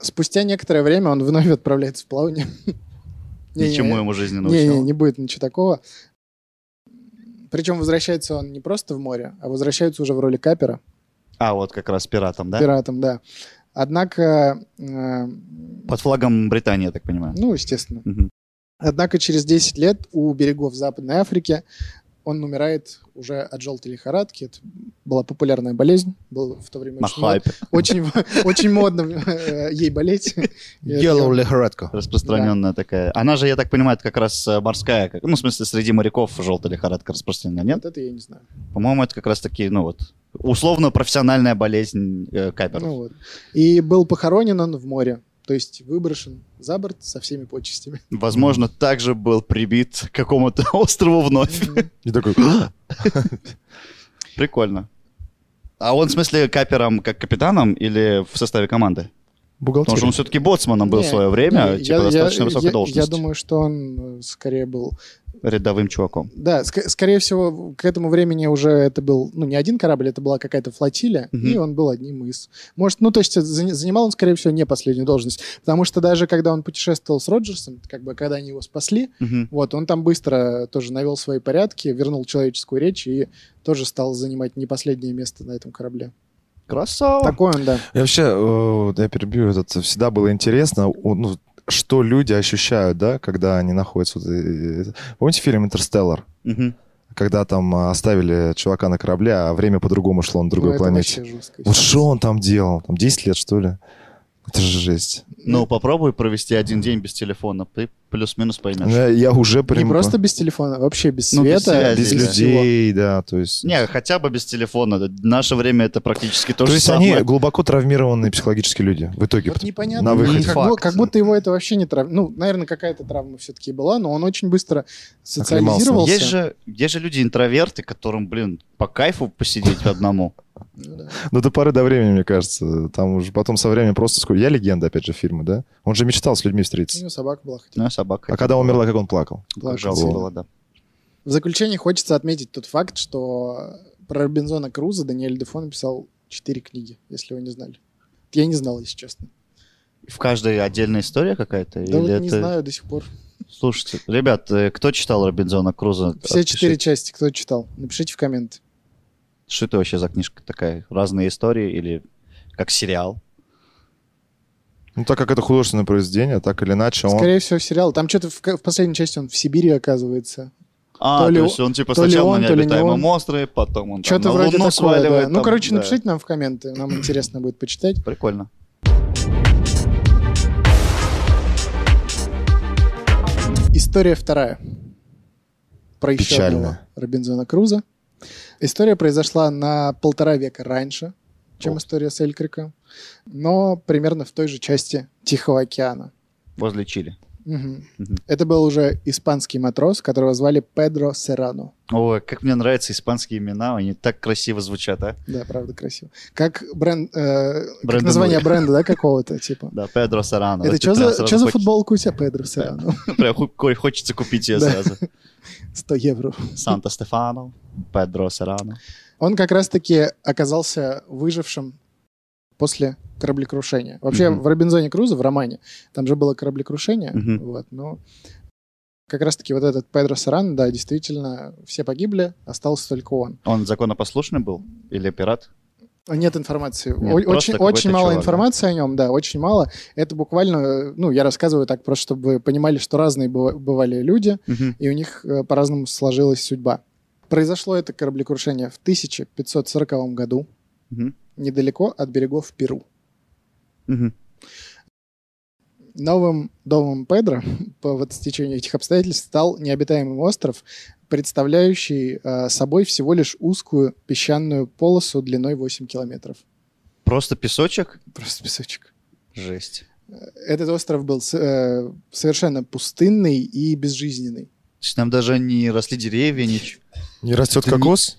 S2: Спустя некоторое время он вновь отправляется в плавание. Не-не,
S3: Ничему ему жизнь не
S2: Не, не,
S3: научила.
S2: не будет ничего такого. Причем возвращается он не просто в море, а возвращается уже в роли капера,
S3: А, вот как раз пиратом, да?
S2: пиратом, да. Однако, э,
S3: Под флагом Британии, я так понимаю.
S2: ну, естественно.
S3: Мгм.
S2: Однако через 10 лет у берегов Западной Африки он умирает уже от желтой лихорадки. Это была популярная болезнь, было в то время
S3: На
S2: очень, мод-
S3: хайпе.
S2: очень, очень модно э, ей болеть. Я такой,
S1: лихорадку.
S3: Распространенная такая. Она же, я так понимаю, это как раз э, морская. как- Ну, в смысле, среди моряков желтая лихорадка распространена, нет?
S2: Вот это я не знаю.
S3: По-моему, это как раз такие, ну вот, условно профессиональная болезнь э, каперов.
S2: Ну вот. И был похоронен он в море, то есть выброшен за борт со всеми почестями.
S3: Возможно, также был прибит к какому-то острову вновь.
S1: И такой...
S2: А?
S3: Прикольно. А он, в смысле, капером как капитаном или в составе команды? Потому что он
S1: Бухгалтер.
S3: все-таки боцманом был в
S2: Не,
S3: свое время,
S2: не,
S3: типа
S2: я-
S3: достаточно
S2: я-
S3: высокой
S2: я-
S3: должности.
S2: Я думаю, что он э, скорее был...
S3: Рядовым чуваком.
S2: Да, ск- скорее всего, к этому времени уже это был, ну, не один корабль, это была какая-то флотилия,
S3: Мгм.
S2: и он был одним из... Может, ну, то есть зан- занимал он, скорее всего, не последнюю должность, потому что даже когда он путешествовал с Роджерсом, как бы когда они его спасли,
S3: Мгм.
S2: вот, он там быстро тоже навел свои порядки, вернул человеческую речь и тоже стал занимать не последнее место на этом корабле.
S3: Красава.
S2: Такой он, да.
S1: Я вообще, э, вот я перебью, этот, всегда было интересно, у- ну, что люди ощущают, да, когда они находятся... вот, э, э, Помните фильм «Интерстеллар»?
S3: Мгм.
S1: Когда там а, оставили чувака на корабле, а время по-другому шло на другой
S2: Ну, это
S1: планете.
S2: вообще жестко.
S1: Вот что он там делал? Там 10 лет, что ли? Это же жесть.
S3: Ну, попробуй провести один день без телефона. Ты плюс-минус поймешь.
S1: Я, я уже
S2: Ну, Не
S1: прям...
S2: просто без телефона, а вообще без
S3: Ну, без
S2: света.
S3: связи,
S1: без
S3: да.
S2: всего.
S1: людей, да, то
S2: Ну,
S1: есть...
S3: Не, хотя бы без телефона. В наше время это практически то,
S1: то
S3: же
S1: есть
S3: самое.
S1: они глубоко травмированные психологически люди в итоге.
S2: Вот
S1: потому-
S2: непонятно,
S1: на
S2: как-
S1: выходе.
S2: Как,
S3: Факт.
S2: бу- как будто его это вообще не травма. Ну, наверное, какая-то травма все-таки была, но он очень быстро социализировался.
S3: Есть же, есть же люди-интроверты, которым, блин, по кайфу посидеть одному.
S1: Ну, до поры до времени, мне кажется. Там уже потом со временем просто... сколько- Я легенда, опять же, фильма, да? Он же мечтал с людьми
S2: У
S1: встретиться.
S2: него собака была хотя бы.
S3: Да, собака.
S2: Ну,
S1: А когда умерла, как он плакал?
S3: Как
S2: Жалко.
S3: жалко было, да.
S2: В заключение хочется отметить тот факт, что про Робинзона Круза Даниэль Дефо написал четыре книги, если вы не знали. Я не знал, если честно.
S3: В каждой отдельная история какая-то?
S2: да вот
S3: Или
S2: не
S3: это-
S2: знаю до сих пор.
S3: Слушайте, ребят, э, кто читал Робинзона Круза?
S2: Все четыре
S3: Отпишите.
S2: части, кто читал, напишите в комменты.
S3: Что это вообще за книжка такая? Разные истории или как сериал?
S1: Ну, так как это художественное произведение, так или иначе, он...
S2: Скорее всего, в сериал. Там что-то в, ка- в последней части он в Сибири оказывается.
S3: А,
S2: То
S3: то,
S2: ли
S3: есть он типа
S2: то ли
S3: сначала
S2: он,
S3: на
S2: то ли не
S3: необитаемом
S2: он.
S3: острове, потом он там
S2: Что-то
S3: на
S2: вроде такое,
S3: луну сваливает.
S2: да. Ну,
S3: там,
S2: короче,
S3: да.
S2: напишите нам в комменты, нам интересно будет почитать.
S3: Прикольно.
S2: История вторая. Про еще
S1: Печально.
S2: одного Робинзона Круза. История произошла на полтора века раньше, чем
S3: О.
S2: история Селькрика, но примерно в той же части Тихого океана.
S3: Возле Чили.
S2: Мгм.
S3: Мгм.
S2: Это был уже испанский матрос, которого звали Педро Серрано.
S3: Ой, как мне нравятся испанские имена, они так красиво звучат, а?
S2: Да, правда, красиво. Как бренд... э, как
S3: Брэндон
S2: название
S3: Ли.
S2: бренда, да, какого-то, типа.
S3: Да, Педро Сарано.
S2: Это
S3: Вот
S2: что за,
S3: прям Ну, сразу
S2: чё за
S3: хоч-
S2: футболка у тебя, Педро Серрано?
S3: Прям ху- ко- хочется купить ее
S2: Да.
S3: сразу.
S2: 100 евро.
S3: Санта Стефано, Педро Сарано.
S2: Он как раз-таки оказался выжившим после кораблекрушения. Вообще
S3: Мгм.
S2: в Робинзоне Крузо, в романе, там же было кораблекрушение,
S3: Мгм.
S2: вот, но как раз-таки вот этот Педро Саран, да, действительно, все погибли, остался только он.
S3: Он законопослушный был? Или пират?
S2: Нет информации.
S3: Нет,
S2: О-
S3: просто
S2: очень
S3: какой-то
S2: очень мало
S3: чувак, да.
S2: информации о нем, да, очень мало. Это буквально, э, ну, я рассказываю так просто, чтобы вы понимали, что разные быва- бывали люди, и у них э, по-разному сложилась судьба. Произошло это кораблекрушение в 1540 году.
S3: Мгм.
S2: недалеко от берегов Перу.
S3: Мгм.
S2: Новым домом Педро по вот стечению этих обстоятельств стал необитаемый остров, представляющий э, собой всего лишь узкую песчаную полосу длиной 8 километров.
S3: Просто песочек?
S2: Просто песочек.
S3: Жесть.
S2: Этот остров был с- э, совершенно пустынный и безжизненный.
S3: То есть там даже не росли деревья, ничего.
S1: Не растет
S3: Это не-
S1: кокос?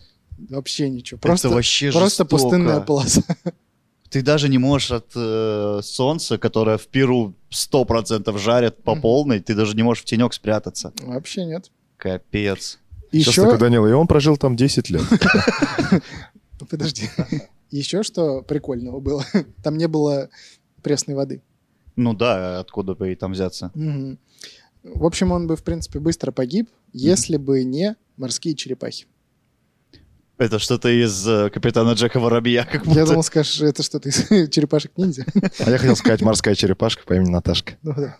S2: Вообще ничего. Просто,
S3: Это вообще
S2: просто
S3: жестоко.
S2: пустынная полоса.
S3: Ты даже не можешь от э, солнца, которое в Перу 100% жарят по
S2: Мгм.
S3: полной, ты даже не можешь в тенек спрятаться.
S2: Вообще нет.
S3: Капец.
S1: Сейчас
S2: Еще...
S1: такой, Данила, и он прожил там 10 лет.
S2: Подожди. Еще что прикольного было. Там не было пресной воды.
S3: Ну да, откуда бы и там взяться.
S2: Мгм. В общем, он бы, в принципе, быстро погиб, если бы не морские черепахи.
S3: Это что-то из э, капитана Джека Воробья, как будто.
S2: Я думал, скажешь, это что-то из черепашек ниндзя.
S1: А я хотел сказать морская черепашка по имени Наташка.
S2: Ну да.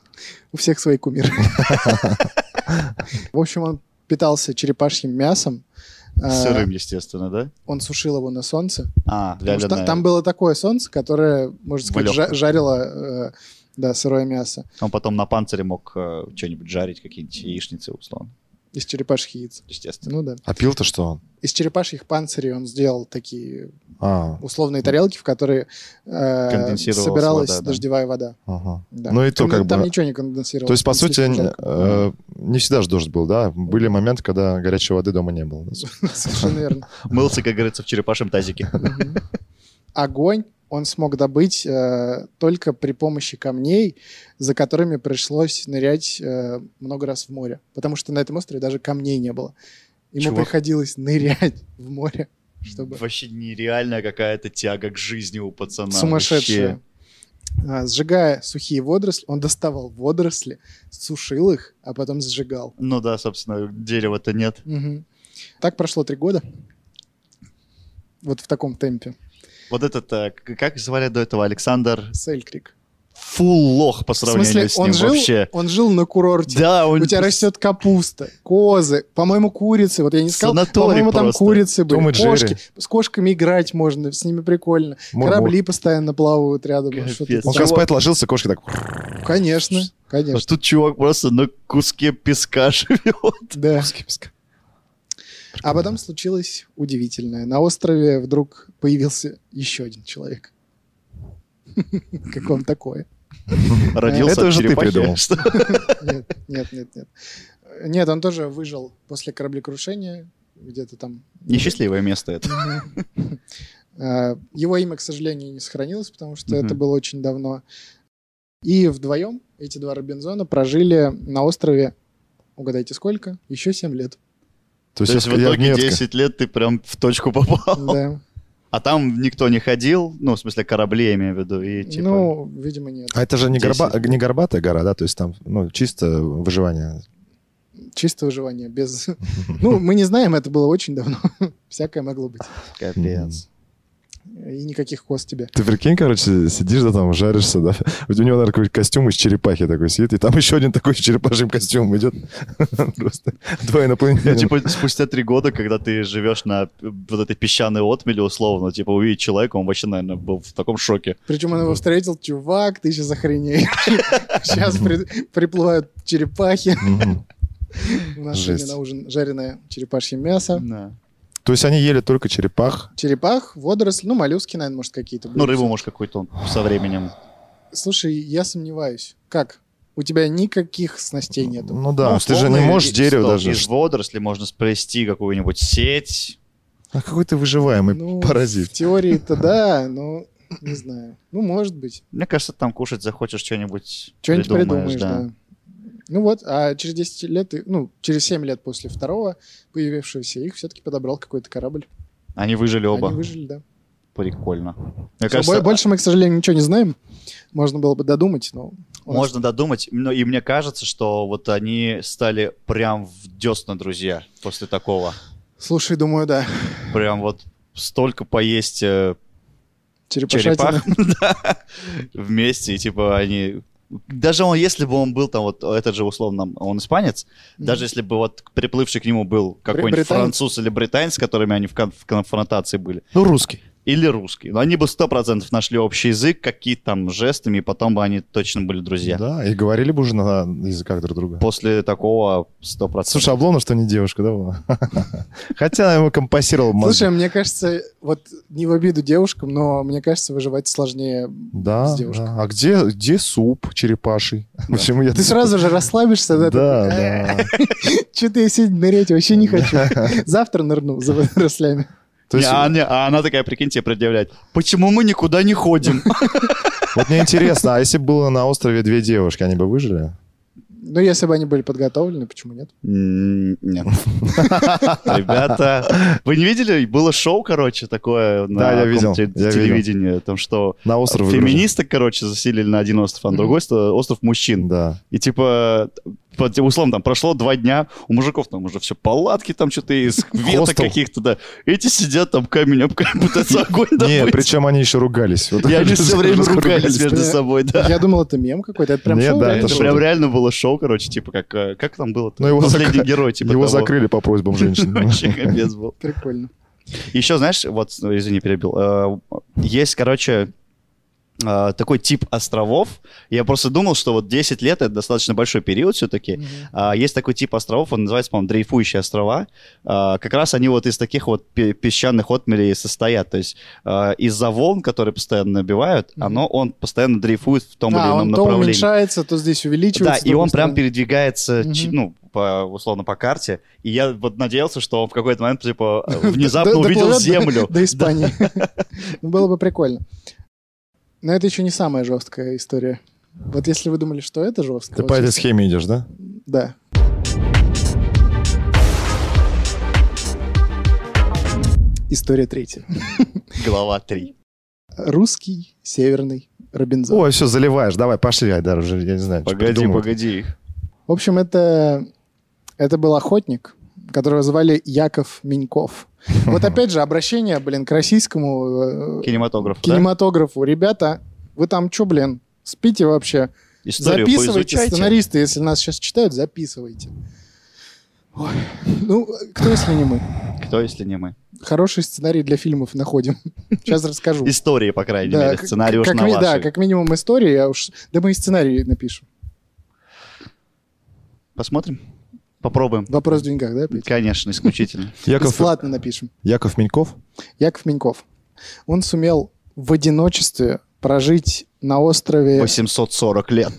S2: У всех свои кумиры. В общем, он питался черепашьим мясом. А,
S3: Сырым, естественно, да?
S2: Он сушил его на солнце.
S3: А,
S2: Потому что
S3: вяленое.
S2: там было такое солнце, которое, можно сказать,
S3: Валёк.
S2: жа- жарило э, да, сырое мясо
S3: Он потом на панцире мог э, что-нибудь жарить, какие-нибудь яичницы, условно,
S2: из черепашьих яиц.
S3: естественно.
S2: Ну да.
S1: А пил-то что он?
S2: Из черепашьих панцирей он сделал такие
S1: А,
S2: условные тарелки, в которые э,
S3: Конденсировалась
S2: собиралась
S3: вода, да.
S2: дождевая вода.
S1: ага.
S2: Да.
S1: Ну и то
S2: Там-
S1: как
S2: Там
S1: бы...
S2: ничего не конденсировалось.
S1: То есть, по
S2: там
S1: сути,
S2: слишком
S1: н-
S2: жарко.
S1: э, не всегда же дождь был, да? Были моменты, когда горячей воды дома не было.
S2: Совершенно верно.
S3: Мылся, как говорится, в черепашем тазике.
S2: Мгм. Огонь он смог добыть э, только при помощи камней, за которыми пришлось нырять э, много раз в море. Потому что на этом острове даже камней не было. Ему
S3: Чувак.
S2: приходилось нырять в море, чтобы...
S3: Вообще нереальная какая-то тяга к жизни у пацана.
S2: сумасшедшие.
S3: Вообще.
S2: А, Сжигая сухие водоросли, он доставал водоросли, сушил их, а потом сжигал.
S3: Ну да, собственно, дерева-то нет.
S2: Мгм. Так прошло три года. Вот в таком темпе.
S3: Вот этот, э, к- как звали до этого, Александр
S2: Селькрик.
S3: Фул лох по
S2: В смысле,
S3: сравнению с ним
S2: он жил,
S3: вообще.
S2: он жил на курорте.
S3: Да, он...
S2: У тебя растет капуста, козы, по-моему, курицы. Вот я не сказал,
S3: Санаторий
S2: по-моему, там
S3: просто.
S2: курицы были,
S1: Том и Джерри.
S2: кошки. С кошками играть можно, с ними прикольно.
S1: Мур-мур.
S2: Корабли постоянно плавают рядом. что-то
S3: Капец.
S1: Он
S2: там.
S1: как спать ложился, кошки так...
S2: Конечно,
S3: А
S2: конечно,
S3: тут чувак просто на куске песка живет.
S2: да.
S1: песка.
S2: А потом случилось удивительное. На острове вдруг появился еще один человек. Как вам такое?
S3: Родился
S1: Это
S3: от
S1: уже ты
S3: черепахи.
S1: придумал.
S3: Что?
S2: Нет, нет, нет, нет. Нет, он тоже выжил после кораблекрушения где-то там.
S3: Несчастливое место это.
S2: Мгм. Э, Его имя, к сожалению, не сохранилось, потому что
S3: Мгм.
S2: это было очень давно. И вдвоем эти два Робинзона прожили на острове, угадайте сколько, еще 7 лет.
S1: То
S3: То
S1: есть,
S3: есть в
S1: я- я
S3: итоге
S1: метко.
S3: 10 лет ты прям в точку попал.
S2: Да.
S3: А там никто не ходил, ну, в смысле, корабли, я имею в виду, и типа...
S2: Ну, видимо, нет.
S1: А это же не,
S3: 10.
S1: горба- не горбатая гора, да? То есть там ну, чисто выживание.
S2: Чисто выживание. Без... Ну, мы не знаем, это было очень давно. Всякое могло быть.
S3: Капец.
S2: И никаких хвост тебе.
S1: Ты прикинь, короче, сидишь, да, там, жаришься, да? У него, наверное, какой-то костюм из черепахи такой сидит, и там еще один такой с черепашьим костюмом идет. Просто два
S3: Ну,
S1: инопланетянина.
S3: типа, спустя три года, когда ты живешь на э, вот этой песчаной отмеле, условно, типа, увидеть человека, он вообще, наверное, был в таком шоке.
S2: Причем он его встретил, чувак, ты сейчас охренеешь. Сейчас приплывают черепахи.
S1: Мгм.
S2: У нас сегодня
S1: Жесть.
S2: на ужин жареное черепашье мясо.
S1: То есть они ели только черепах.
S2: Черепах, водоросли, ну, моллюски, наверное, может, какие-то. были.
S3: Ну, рыбу, может, какую-то он со временем.
S2: Слушай, я сомневаюсь. Как? У тебя никаких снастей нету.
S1: Ну да,
S3: Ну,
S1: ты же
S3: условно,
S1: не можешь
S3: и-
S1: дерево
S3: стоп,
S1: даже.
S3: Из водорослей можно сплести какую-нибудь сеть.
S1: А какой ты выживаемый
S2: Ну, В
S1: паразит.
S2: теории-то да, но не знаю. Ну, может быть.
S3: Мне кажется, там кушать захочешь что-нибудь
S2: Что-нибудь придумаешь,
S3: да.
S2: да. Ну вот, а через 10 лет, и- ну, через 7 лет после второго появившегося, их все-таки подобрал какой-то корабль.
S3: Они выжили оба.
S2: Они выжили, да.
S3: Прикольно. Мне
S2: Всё, бо- больше мы, к сожалению, ничего не знаем. Можно было бы додумать, но... у нас-
S3: Можно додумать, но и мне кажется, что вот они стали прям в десна друзья после такого.
S2: Слушай, думаю, да.
S3: Прям вот столько поесть э,
S2: Черепашатина.
S3: черепах да, вместе, и типа они... Даже он, если бы он был там, вот этот же условно, он испанец, даже если бы вот приплывший к нему был какой-нибудь
S2: британец.
S3: француз или британец, с которыми они в кон- в конфронтации были,
S1: Ну, русский.
S3: или русский, но они бы 100% нашли общий язык, какие-то там жестами, и потом бы они точно были друзья.
S1: Да, и говорили бы уже на языках друг друга.
S3: После такого 100%.
S1: Слушай, Обломов, что не девушка, да? была? Хотя она ему компасировал
S2: Слушай,
S1: мозг.
S2: мне кажется, вот не в обиду девушкам, но мне кажется, выживать сложнее.
S1: Да,
S2: с девушкой.
S1: да. А где, где суп черепаший? Почему я...
S2: Ты сразу же расслабишься, да?
S1: Да, да.
S2: Что-то я сегодня нырять вообще не хочу. Завтра нырну за водорослями.
S1: То есть,
S3: Не, а, не, а она такая, прикиньте, предъявляет, почему мы никуда не ходим?
S1: вот мне интересно, а если бы было на острове две девушки, они бы выжили?
S2: Ну, если бы они были подготовлены, почему нет?
S3: М, Нет. Ребята, вы не видели? Было шоу, короче, такое на
S1: Да, я видел,
S3: каком-то
S1: я видел.
S3: телевидении. Там что,
S1: На остров выгружен.
S3: феминисток, короче, заселили на один остров, а на
S2: Мгм.
S3: другой ста- остров мужчин.
S1: Да.
S3: И типа, под- условно, там прошло два дня, у мужиков там уже все палатки там что-то из веток
S1: Хостел.
S3: каких-то, да. Эти сидят там камень об камень пытаются огонь
S1: Не,
S3: добыть.
S1: причем они еще ругались. Вот
S3: И они
S1: они
S3: все время ругались между
S2: да.
S3: собой, да. Ну,
S2: Я думал, это мем какой-то. Это прям
S1: Нет,
S2: шоу.
S1: да,
S2: реально?
S1: это
S3: Это
S1: шоу.
S3: прям реально было шоу, короче, типа как, э, как там было?
S1: Ну, его
S3: Последний
S1: закры-
S3: герой, типа
S1: Его
S3: того.
S1: закрыли по просьбам женщин.
S3: Вообще капец был.
S2: Прикольно.
S3: Еще, знаешь, вот, ну, извини, перебил. Э, Есть, короче, э, такой тип островов. Я просто думал, что вот 10 лет это достаточно большой период все-таки.
S2: Мгм.
S3: Есть такой тип островов, он называется, по-моему, дрейфующие острова. А, Как раз они вот из таких вот пе- песчаных отмелей и состоят. То есть э, из-за волн, которые постоянно набивают,
S2: Мгм.
S3: оно, он постоянно дрейфует в том или
S2: А,
S3: ином
S2: он то
S3: направлении.
S2: уменьшается, то здесь
S3: Да,
S2: увеличивается.
S3: и он прям передвигается,
S2: Мгм.
S3: чи- ну, по, условно, по карте. И я вот надеялся, что он в какой-то момент, типа, внезапно
S2: Д-
S3: увидел
S2: доплывет до-
S3: землю.
S2: До Испании. Ну, Было бы прикольно. Но это еще не самая жесткая история. Вот если вы думали, что это жестко...
S1: Ты
S2: вот
S1: по этой
S2: сейчас-
S1: схеме идешь, да?
S2: Да. История третья.
S3: Глава 3.
S2: Русский северный Робинзон.
S1: Ой, все, заливаешь. Давай, пошли, Айдар, уже, я не знаю. что придумывать.
S3: погоди.
S2: В общем, это, это был охотник, которого звали Яков Меньков. Вот опять же, обращение, блин, к российскому э,
S3: Кинематограф, да?
S2: кинематографу. Ребята, вы там что, блин, спите вообще?
S3: Историю
S2: записывайте,
S3: поизучайте.
S2: сценаристы, если нас сейчас читают, записывайте. Ой, Ну, кто если не мы?
S3: Кто, если не мы?
S2: Хороший сценарий для фильмов находим. Сейчас расскажу.
S3: Истории, по крайней мере.
S2: как-
S3: Сценарий уж
S2: как
S3: на
S2: ми- Да,
S3: вашей.
S2: как минимум истории, а уж... Да мы и сценарий напишем.
S3: Посмотрим. Попробуем.
S2: Вопрос в деньгах, да, Петя?
S3: Конечно, исключительно.
S1: Яков,
S2: Бесплатно напишем.
S1: Яков Меньков?
S2: Яков Меньков. Он сумел в одиночестве прожить на острове...
S3: 840 лет.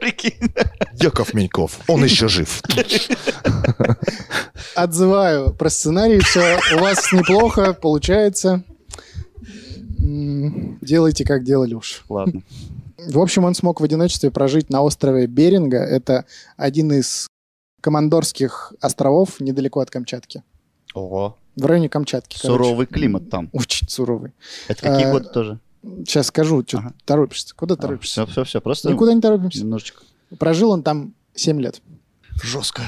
S3: Прикинь.
S1: Яков Меньков. Он еще жив.
S2: Отзываю про сценарий, все у вас неплохо получается. М, Делайте, как делали уж.
S3: Ладно.
S2: В общем, он смог в одиночестве прожить на острове Беринга. Это один из командорских островов недалеко от Камчатки.
S3: Ого.
S2: В районе Камчатки, короче.
S3: Суровый климат там.
S2: Очень суровый.
S3: Это какие
S2: Э,
S3: годы тоже?
S2: Сейчас скажу, что
S3: Ага. А,
S2: торопишься. Куда торопишься?
S3: Все, все, все. Просто
S2: Никуда не торопимся.
S3: немножечко.
S2: Прожил он там 7 лет.
S3: Жестко.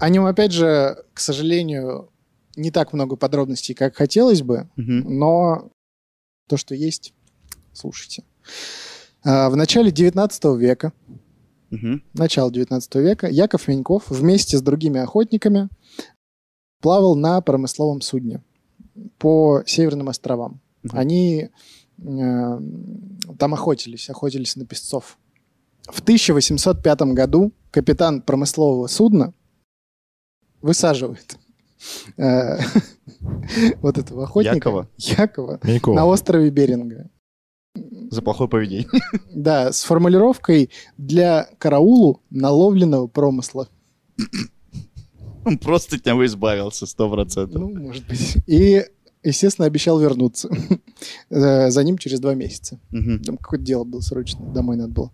S2: О нем, опять же, к сожалению, не так много подробностей, как хотелось бы. но то, что есть, слушайте. А, В начале 19 века, начало 19 века, Яков Меньков вместе с другими охотниками плавал на промысловом судне по Северным островам.
S3: Мгм.
S2: Они э, там охотились, охотились на песцов. В 1805 году капитан промыслового судна высаживает э, вот этого охотника.
S3: Якова?
S2: Якова
S1: Миньков.
S2: на острове Беринга.
S3: За плохое поведение.
S2: Да, с формулировкой «для караулу наловленного промысла».
S3: Он просто от него избавился, сто процентов.
S2: Ну, может быть. И, естественно, обещал вернуться. Э, За ним через два месяца.
S3: Мгм.
S2: Там какое-то дело было срочно, домой надо было.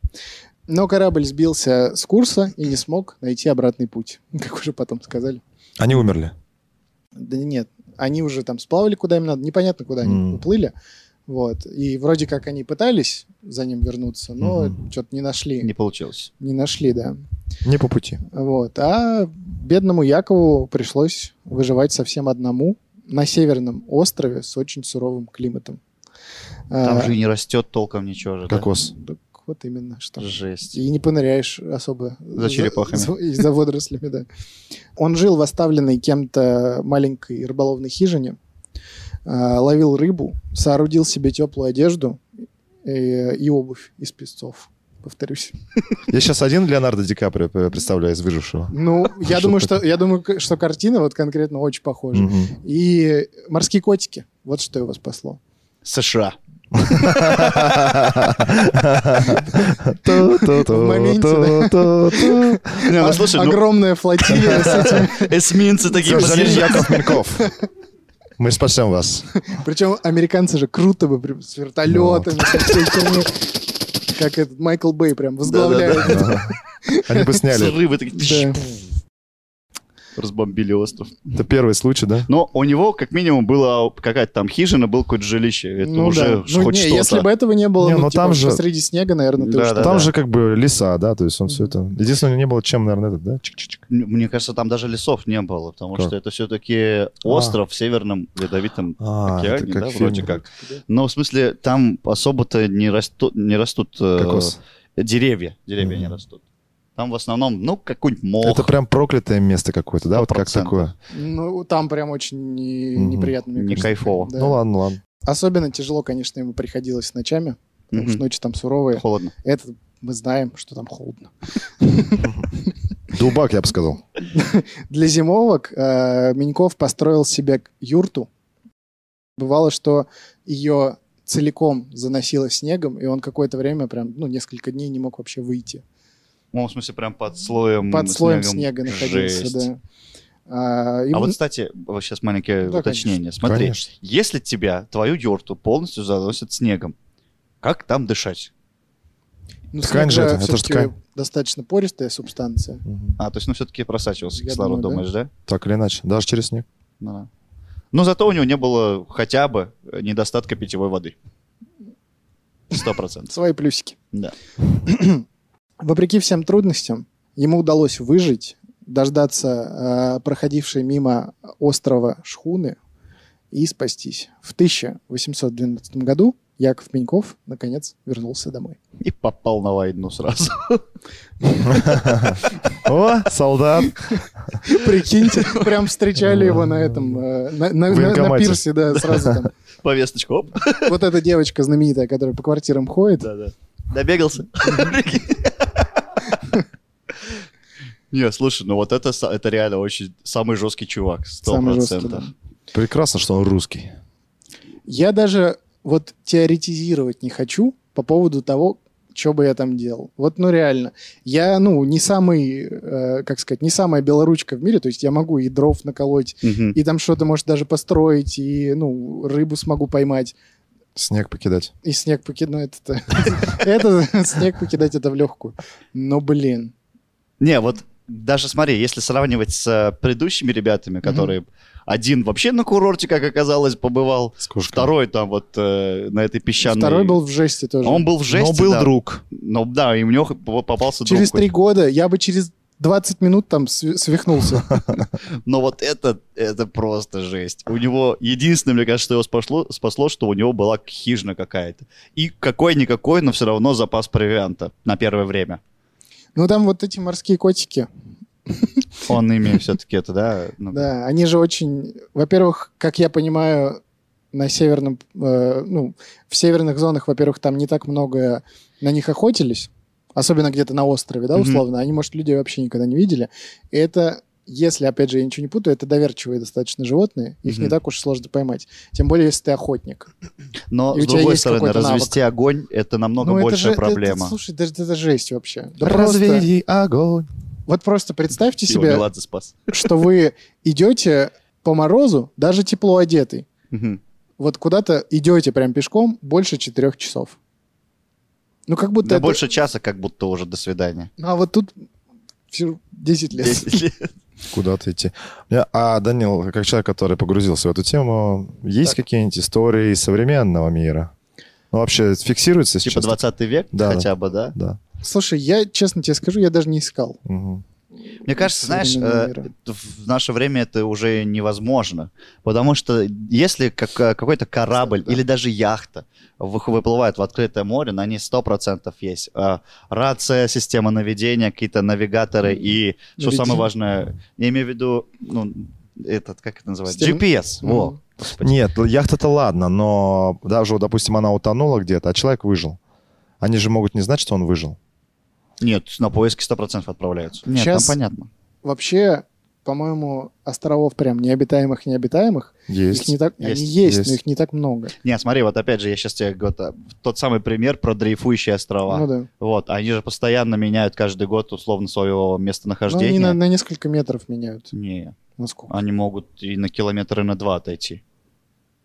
S2: Но корабль сбился с курса и не смог найти обратный путь, как уже потом сказали.
S1: Они умерли.
S2: Да нет, они уже там сплавали куда им надо, непонятно куда они
S1: М.
S2: уплыли. Вот. И вроде как они пытались за ним вернуться, но
S1: Мгм.
S2: что-то не нашли.
S3: Не получилось.
S2: Не нашли, да.
S1: Не по пути.
S2: Вот. А бедному Якову пришлось выживать совсем одному на северном острове с очень суровым климатом.
S3: Там
S2: А,
S3: же и не растет толком ничего же. да?
S1: Кокос.
S2: так вот именно что.
S3: Жесть.
S2: И не поныряешь особо.
S3: черепахами.
S2: За, и за водорослями, да. Он жил в оставленной кем-то маленькой рыболовной хижине, а, ловил рыбу, соорудил себе теплую одежду э, и обувь из песцов. Повторюсь.
S1: Я сейчас один Леонардо Ди Каприо э, представляю из выжившего.
S2: Ну, я
S1: Что
S2: думаю, что я думаю, к- что картина вот конкретно очень похожа.
S1: Мгм.
S2: И морские котики. Вот что его спасло.
S3: США.
S1: Ту-ту-ту,
S2: В моменте,
S1: ту-ту-ту.
S3: Не, ну,
S2: О-
S3: слушай, ну,
S2: Огромная флотилия с этим.
S3: эсминцы такие
S1: Всё, залезь,
S3: посреди.
S1: Яков Миньков. Мы спасем вас.
S2: Причем американцы же круто бы прям с вертолетами,
S3: Ну.
S2: со всей херней. Как этот Майкл Бэй прям возглавляет.
S1: Ага. Они бы сняли.
S3: Взрывы такие.
S2: Да.
S3: Разбомбили остров.
S1: Это первый случай, да?
S3: Но у него, как минимум, была какая-то там хижина, было какое-то жилище. Это
S2: Ну да.
S3: уже
S2: Ну
S3: хоть
S2: не,
S3: что-то.
S2: если бы этого не было,
S1: Не,
S2: ну,
S1: ну,
S2: типа,
S1: там же-
S2: посреди снега, наверное, ты
S3: Да,
S2: уж
S3: да,
S2: там-
S1: Там же как бы леса, да, то есть он все это... Единственное, у него не было чем, наверное, этот, да? Чик-чик-чик.
S3: М- Мне кажется, там даже лесов не было, потому
S1: Как?
S3: что это
S2: А.
S3: все-таки остров в Северном Ледовитом
S1: А,
S3: океане,
S1: это как
S3: да,
S1: в
S3: вроде
S1: фильме.
S3: как. Но в смысле, там особо-то не растут, не растут э,
S1: Кокос.
S3: деревья. Деревья не
S1: Мгм.
S3: растут. Там в основном, ну, какой-нибудь мох.
S1: Это прям проклятое место какое-то, да? Вот как
S3: 100%.
S1: такое.
S2: Ну, там прям очень не-
S1: Мгм.
S2: неприятно. мне
S3: Не
S2: кажется.
S3: кайфово.
S2: Да.
S1: Ну ладно, ладно.
S2: Особенно тяжело, конечно, ему приходилось ночами, потому
S3: Мгм.
S2: что ночи там суровые.
S3: Холодно.
S2: Это мы знаем, что там холодно.
S1: Дубак, я бы сказал.
S2: Для зимовок э, Миньков построил себе к- юрту. Бывало, что ее целиком заносило снегом, и он какое-то время, прям, ну, несколько дней не мог вообще выйти.
S3: Ну, в смысле, прям под слоем
S2: Под слоем снега
S3: снегом.
S2: находился,
S3: Жесть.
S2: да. А, и
S3: А
S2: он-
S3: вот, кстати, сейчас маленькое
S2: Да,
S3: уточнение. Смотри,
S1: Конечно.
S3: если тебя, твою юрту полностью заносят снегом, как там дышать?
S2: ну,
S1: ткань
S2: снег
S1: же это, это же
S2: всё-таки
S1: ткань.
S2: достаточно пористая субстанция.
S1: Мгм.
S3: А, то есть, ну, все-таки просачивался
S2: Я
S3: кислород,
S2: думаю,
S3: думаешь, да?
S1: Так или иначе, даже через снег.
S3: Ну да. Но зато у него не было хотя бы э, недостатка питьевой воды. Сто процентов.
S2: Свои плюсики.
S3: Да.
S2: Вопреки всем трудностям, ему удалось выжить, дождаться э, проходившей мимо острова Шхуны и спастись. В 1812 году Яков Пеньков наконец вернулся домой.
S3: И попал на войну сразу.
S1: О, солдат!
S2: Прикиньте, прям встречали его на этом, э, на- на- на- на
S1: Военкомате.
S2: пирсе, да, сразу там.
S3: Повесточку, оп.
S2: Вот эта девочка знаменитая, которая по квартирам ходит.
S3: Да-да. Добегался. Не, слушай, ну вот это, са- это реально очень самый жесткий чувак, сто
S2: Самый жесткий,
S3: процентов.
S1: Прекрасно, что он русский.
S2: Я даже вот теоретизировать не хочу по поводу того, что бы я там делал. Вот, ну, реально. Я, ну, не самый, э, как сказать, не самая белоручка в мире, то есть я могу и дров наколоть,
S3: Мгм.
S2: и там что-то, может, даже построить, и, ну, рыбу смогу поймать.
S1: Снег покидать.
S2: И снег покидать, ну это, это снег покидать это в легкую. Но блин,
S3: Не, вот даже смотри, если сравнивать с э, предыдущими ребятами, которые один вообще на курорте, как оказалось, побывал,
S1: С кошками.
S3: второй там вот э, на этой песчаной... А
S2: второй был в жесте тоже.
S3: Он был в жести,
S1: Но был
S3: да.
S1: друг.
S3: Но да, и у него п- попался
S2: Через
S3: друг.
S2: три года я бы через 20 минут там сви- свихнулся.
S3: Но вот это, это просто жесть. У него единственное, мне кажется, что его спасло, спасло, что у него была хижина какая-то. И какой-никакой, но все равно запас провианта на первое время.
S2: Ну там вот эти морские котики,
S3: Он ими все-таки это, да? ну,
S2: да, они же очень... Во-первых, как я понимаю, на северном... э, ну, в северных зонах, во-первых, там не так много на них охотились, особенно где-то на острове, да,
S3: Мгм.
S2: условно. Они, может, людей вообще никогда не видели. И это... Если, опять же, я ничего не путаю, это доверчивые достаточно животные, их не
S3: Мгм.
S2: так уж сложно поймать. Тем более, если ты охотник.
S3: Но,
S2: И у
S3: с
S2: тебя
S3: другой
S2: есть
S3: стороны,
S2: какой-то
S3: развести огонь — это намного
S2: Ну, это же-
S3: большая
S2: это- это,
S3: проблема.
S2: слушай, даже это, жесть вообще. Да просто-
S1: Разведи огонь.
S2: вот просто представьте
S3: Его
S2: себе,
S3: Меладзе спас.
S2: что вы идете по морозу, даже тепло одетый,
S3: Мгм.
S2: вот куда-то идете прям пешком больше четырех часов. Ну, как будто
S3: Да
S2: это-
S3: больше часа как будто уже до свидания. типа,
S2: Ну, а вот тут всё 10 лет.
S3: Десять лет.
S1: Куда-то идти. Я- А, Данил, как человек, который погрузился в эту тему, есть какие-нибудь истории из современного мира? Ну, вообще, фиксируется
S3: Типа
S1: сейчас?
S3: 20 век
S1: Да,
S3: хотя бы, да?
S1: Да.
S2: Слушай, я, честно тебе скажу, я даже не искал.
S1: Мгм.
S3: Мне кажется, знаешь,
S2: современного
S3: э,
S2: мира.
S3: в наше время это уже невозможно. Потому что если как- э, какой-то корабль
S2: Кстати, да.
S3: или даже яхта вых- выплывает в открытое море, на ней 100% есть э, рация, система наведения, какие-то навигаторы и, что
S2: Наведение.
S3: самое важное, я имею в виду, ну, этот, как это называется,
S2: Система-
S3: GPS. Во.
S2: Мгм.
S3: Господи.
S1: Нет, яхта-то ладно, но даже, вот, допустим, она утонула где-то, а человек выжил. Они же могут не знать, что он выжил.
S3: Нет, на поиски 100% отправляются. Нет,
S2: Щас-
S3: там понятно.
S2: Вообще, по-моему, островов прям необитаемых, необитаемых. Их
S1: Есть.
S2: не так...
S3: Есть,
S2: Они есть,
S1: есть.
S2: но их не так много.
S3: Не, смотри, вот опять же, я сейчас тебе говорю, та- тот самый пример про дрейфующие острова.
S2: Ну да.
S3: Вот, они же постоянно меняют каждый год условно свое
S2: Ну, они
S3: местонахождение.
S2: на, на несколько метров меняют.
S3: Не,
S2: Насколько?
S3: они могут и на километр, и на два отойти.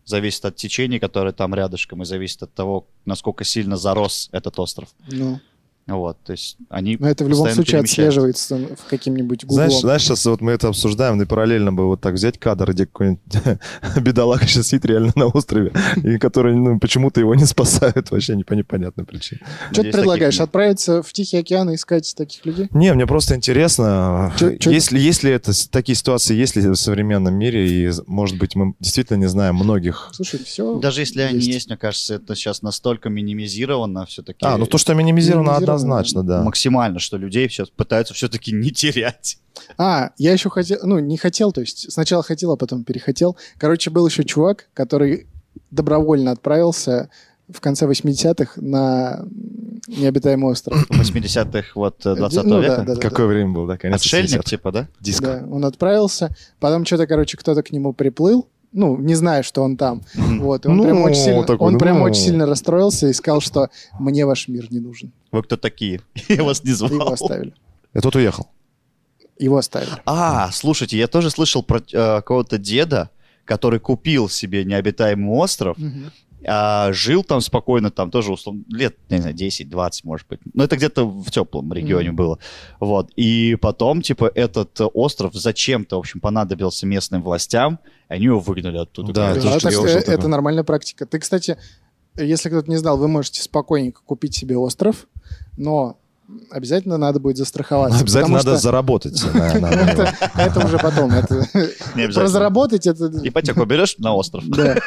S3: Зависит от течения, которое там рядышком, и зависит от того, насколько сильно зарос этот остров.
S2: Ну.
S3: Вот, то есть они...
S2: Но это в любом
S3: постоянно
S2: случае
S3: перемещаются.
S2: отслеживается в каким-нибудь гуглом.
S1: Знаешь, знаешь, сейчас вот мы это обсуждаем, и параллельно бы вот так взять кадр, где какой-нибудь бедолага сейчас сидит реально на острове, и который ну, почему-то его не спасают вообще не по непонятной причине.
S2: Что ты
S3: Надеюсь, таких
S2: предлагаешь?
S3: нет.
S2: Отправиться в Тихий океан и искать таких людей?
S1: Не, мне просто интересно,
S2: Чё- чё-
S1: есть, ли, есть ли это, с- такие ситуации есть ли в современном мире, и, может быть, мы действительно не знаем многих.
S2: Слушай, все.
S3: Даже если они
S2: Есть.
S3: есть, мне кажется, это сейчас настолько минимизировано все-таки.
S1: А, ну то, что минимизировано,
S2: Минимизировано,
S1: однозначно, да.
S3: Максимально, что людей сейчас пытаются все-таки не терять.
S2: А, я еще хотел, ну, не хотел, то есть сначала хотел, а потом перехотел. Короче, был еще чувак, который добровольно отправился в конце 80-х на м, необитаемый остров.
S3: В 80-х, вот, э, 20
S2: Ну да,
S3: века.
S2: да, да,
S1: Какое время было, да, конец
S3: Отшельник,
S1: 80-х.
S3: типа, да?
S1: Диско.
S2: Да, он отправился, потом что-то, короче, кто-то к нему приплыл, ну, не зная, что он там.
S3: Мгм.
S2: Вот, и он
S1: Ну,
S2: прям очень сильно,
S1: такой,
S2: он прям
S1: ну.
S2: очень сильно расстроился и сказал, что мне ваш мир не нужен.
S3: Вы кто такие? Я вас не звал.
S2: И Его оставили.
S1: И тут уехал.
S2: Его оставили.
S3: А, слушайте, я тоже слышал про э, какого-то деда, который купил себе необитаемый остров,
S2: Мгм.
S3: а, жил там спокойно, там тоже условно, лет, не знаю, 10-20, может быть. Но это где-то в теплом регионе
S2: Мгм.
S3: было. Вот. И потом, типа, этот э, остров зачем-то, в общем, понадобился местным властям, и они его выгнали оттуда.
S1: Да,
S3: Говорят,
S1: тоже
S2: Да,
S1: А,
S2: так,
S3: «Слушайте,
S1: я
S2: э,
S1: уже
S2: это,
S1: такой.
S2: нормальная практика. Ты, кстати, если кто-то не знал, вы можете спокойненько купить себе остров, но обязательно надо будет застраховаться.
S1: Обязательно
S2: А, потому
S1: надо
S2: что
S1: заработать. на- на- на него.
S2: это, это уже потом. Это,
S3: не
S2: про
S3: обязательно. Типа,
S2: заработать это...
S3: Ипотеку берешь на остров?
S2: Да.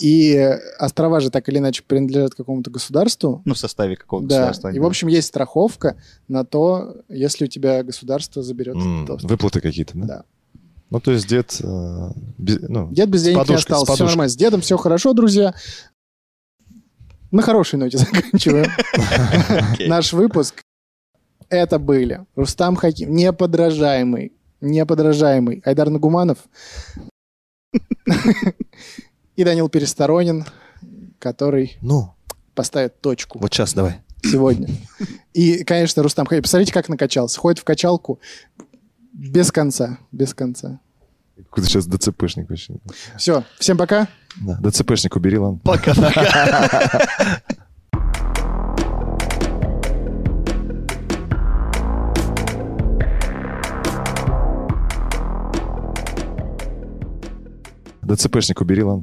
S2: И э, острова же так или иначе принадлежат какому-то государству.
S3: Ну, в составе какого-то
S2: Да.
S3: государства,
S2: И, в
S3: да.
S2: общем, есть страховка на то, если у тебя государство заберет
S1: М,
S2: этот остров.
S1: Выплаты какие-то, да?
S2: Да.
S1: Ну, то есть дед... э, без- ну,
S2: Дед без денег
S1: подушкой,
S2: не
S1: с
S2: остался. Все
S1: подушкой.
S2: нормально. С дедом все хорошо, друзья. На хорошей ноте заканчиваем
S3: Окей.
S2: наш выпуск. Это были Рустам Хаким, неподражаемый, неподражаемый Айдар Нагуманов и Данил Пересторонин, который
S1: ну,
S2: поставит точку
S1: вот сейчас давай.
S2: сегодня. И, конечно, Рустам Хаким. Посмотрите, как накачался. Ходит в качалку без конца, без конца.
S1: Какой-то сейчас ДЦПшник вообще.
S2: Все, всем пока.
S1: Да, ДЦПшник убери, ладно.
S3: Пока-пока.
S1: ДЦПшник убери, ладно.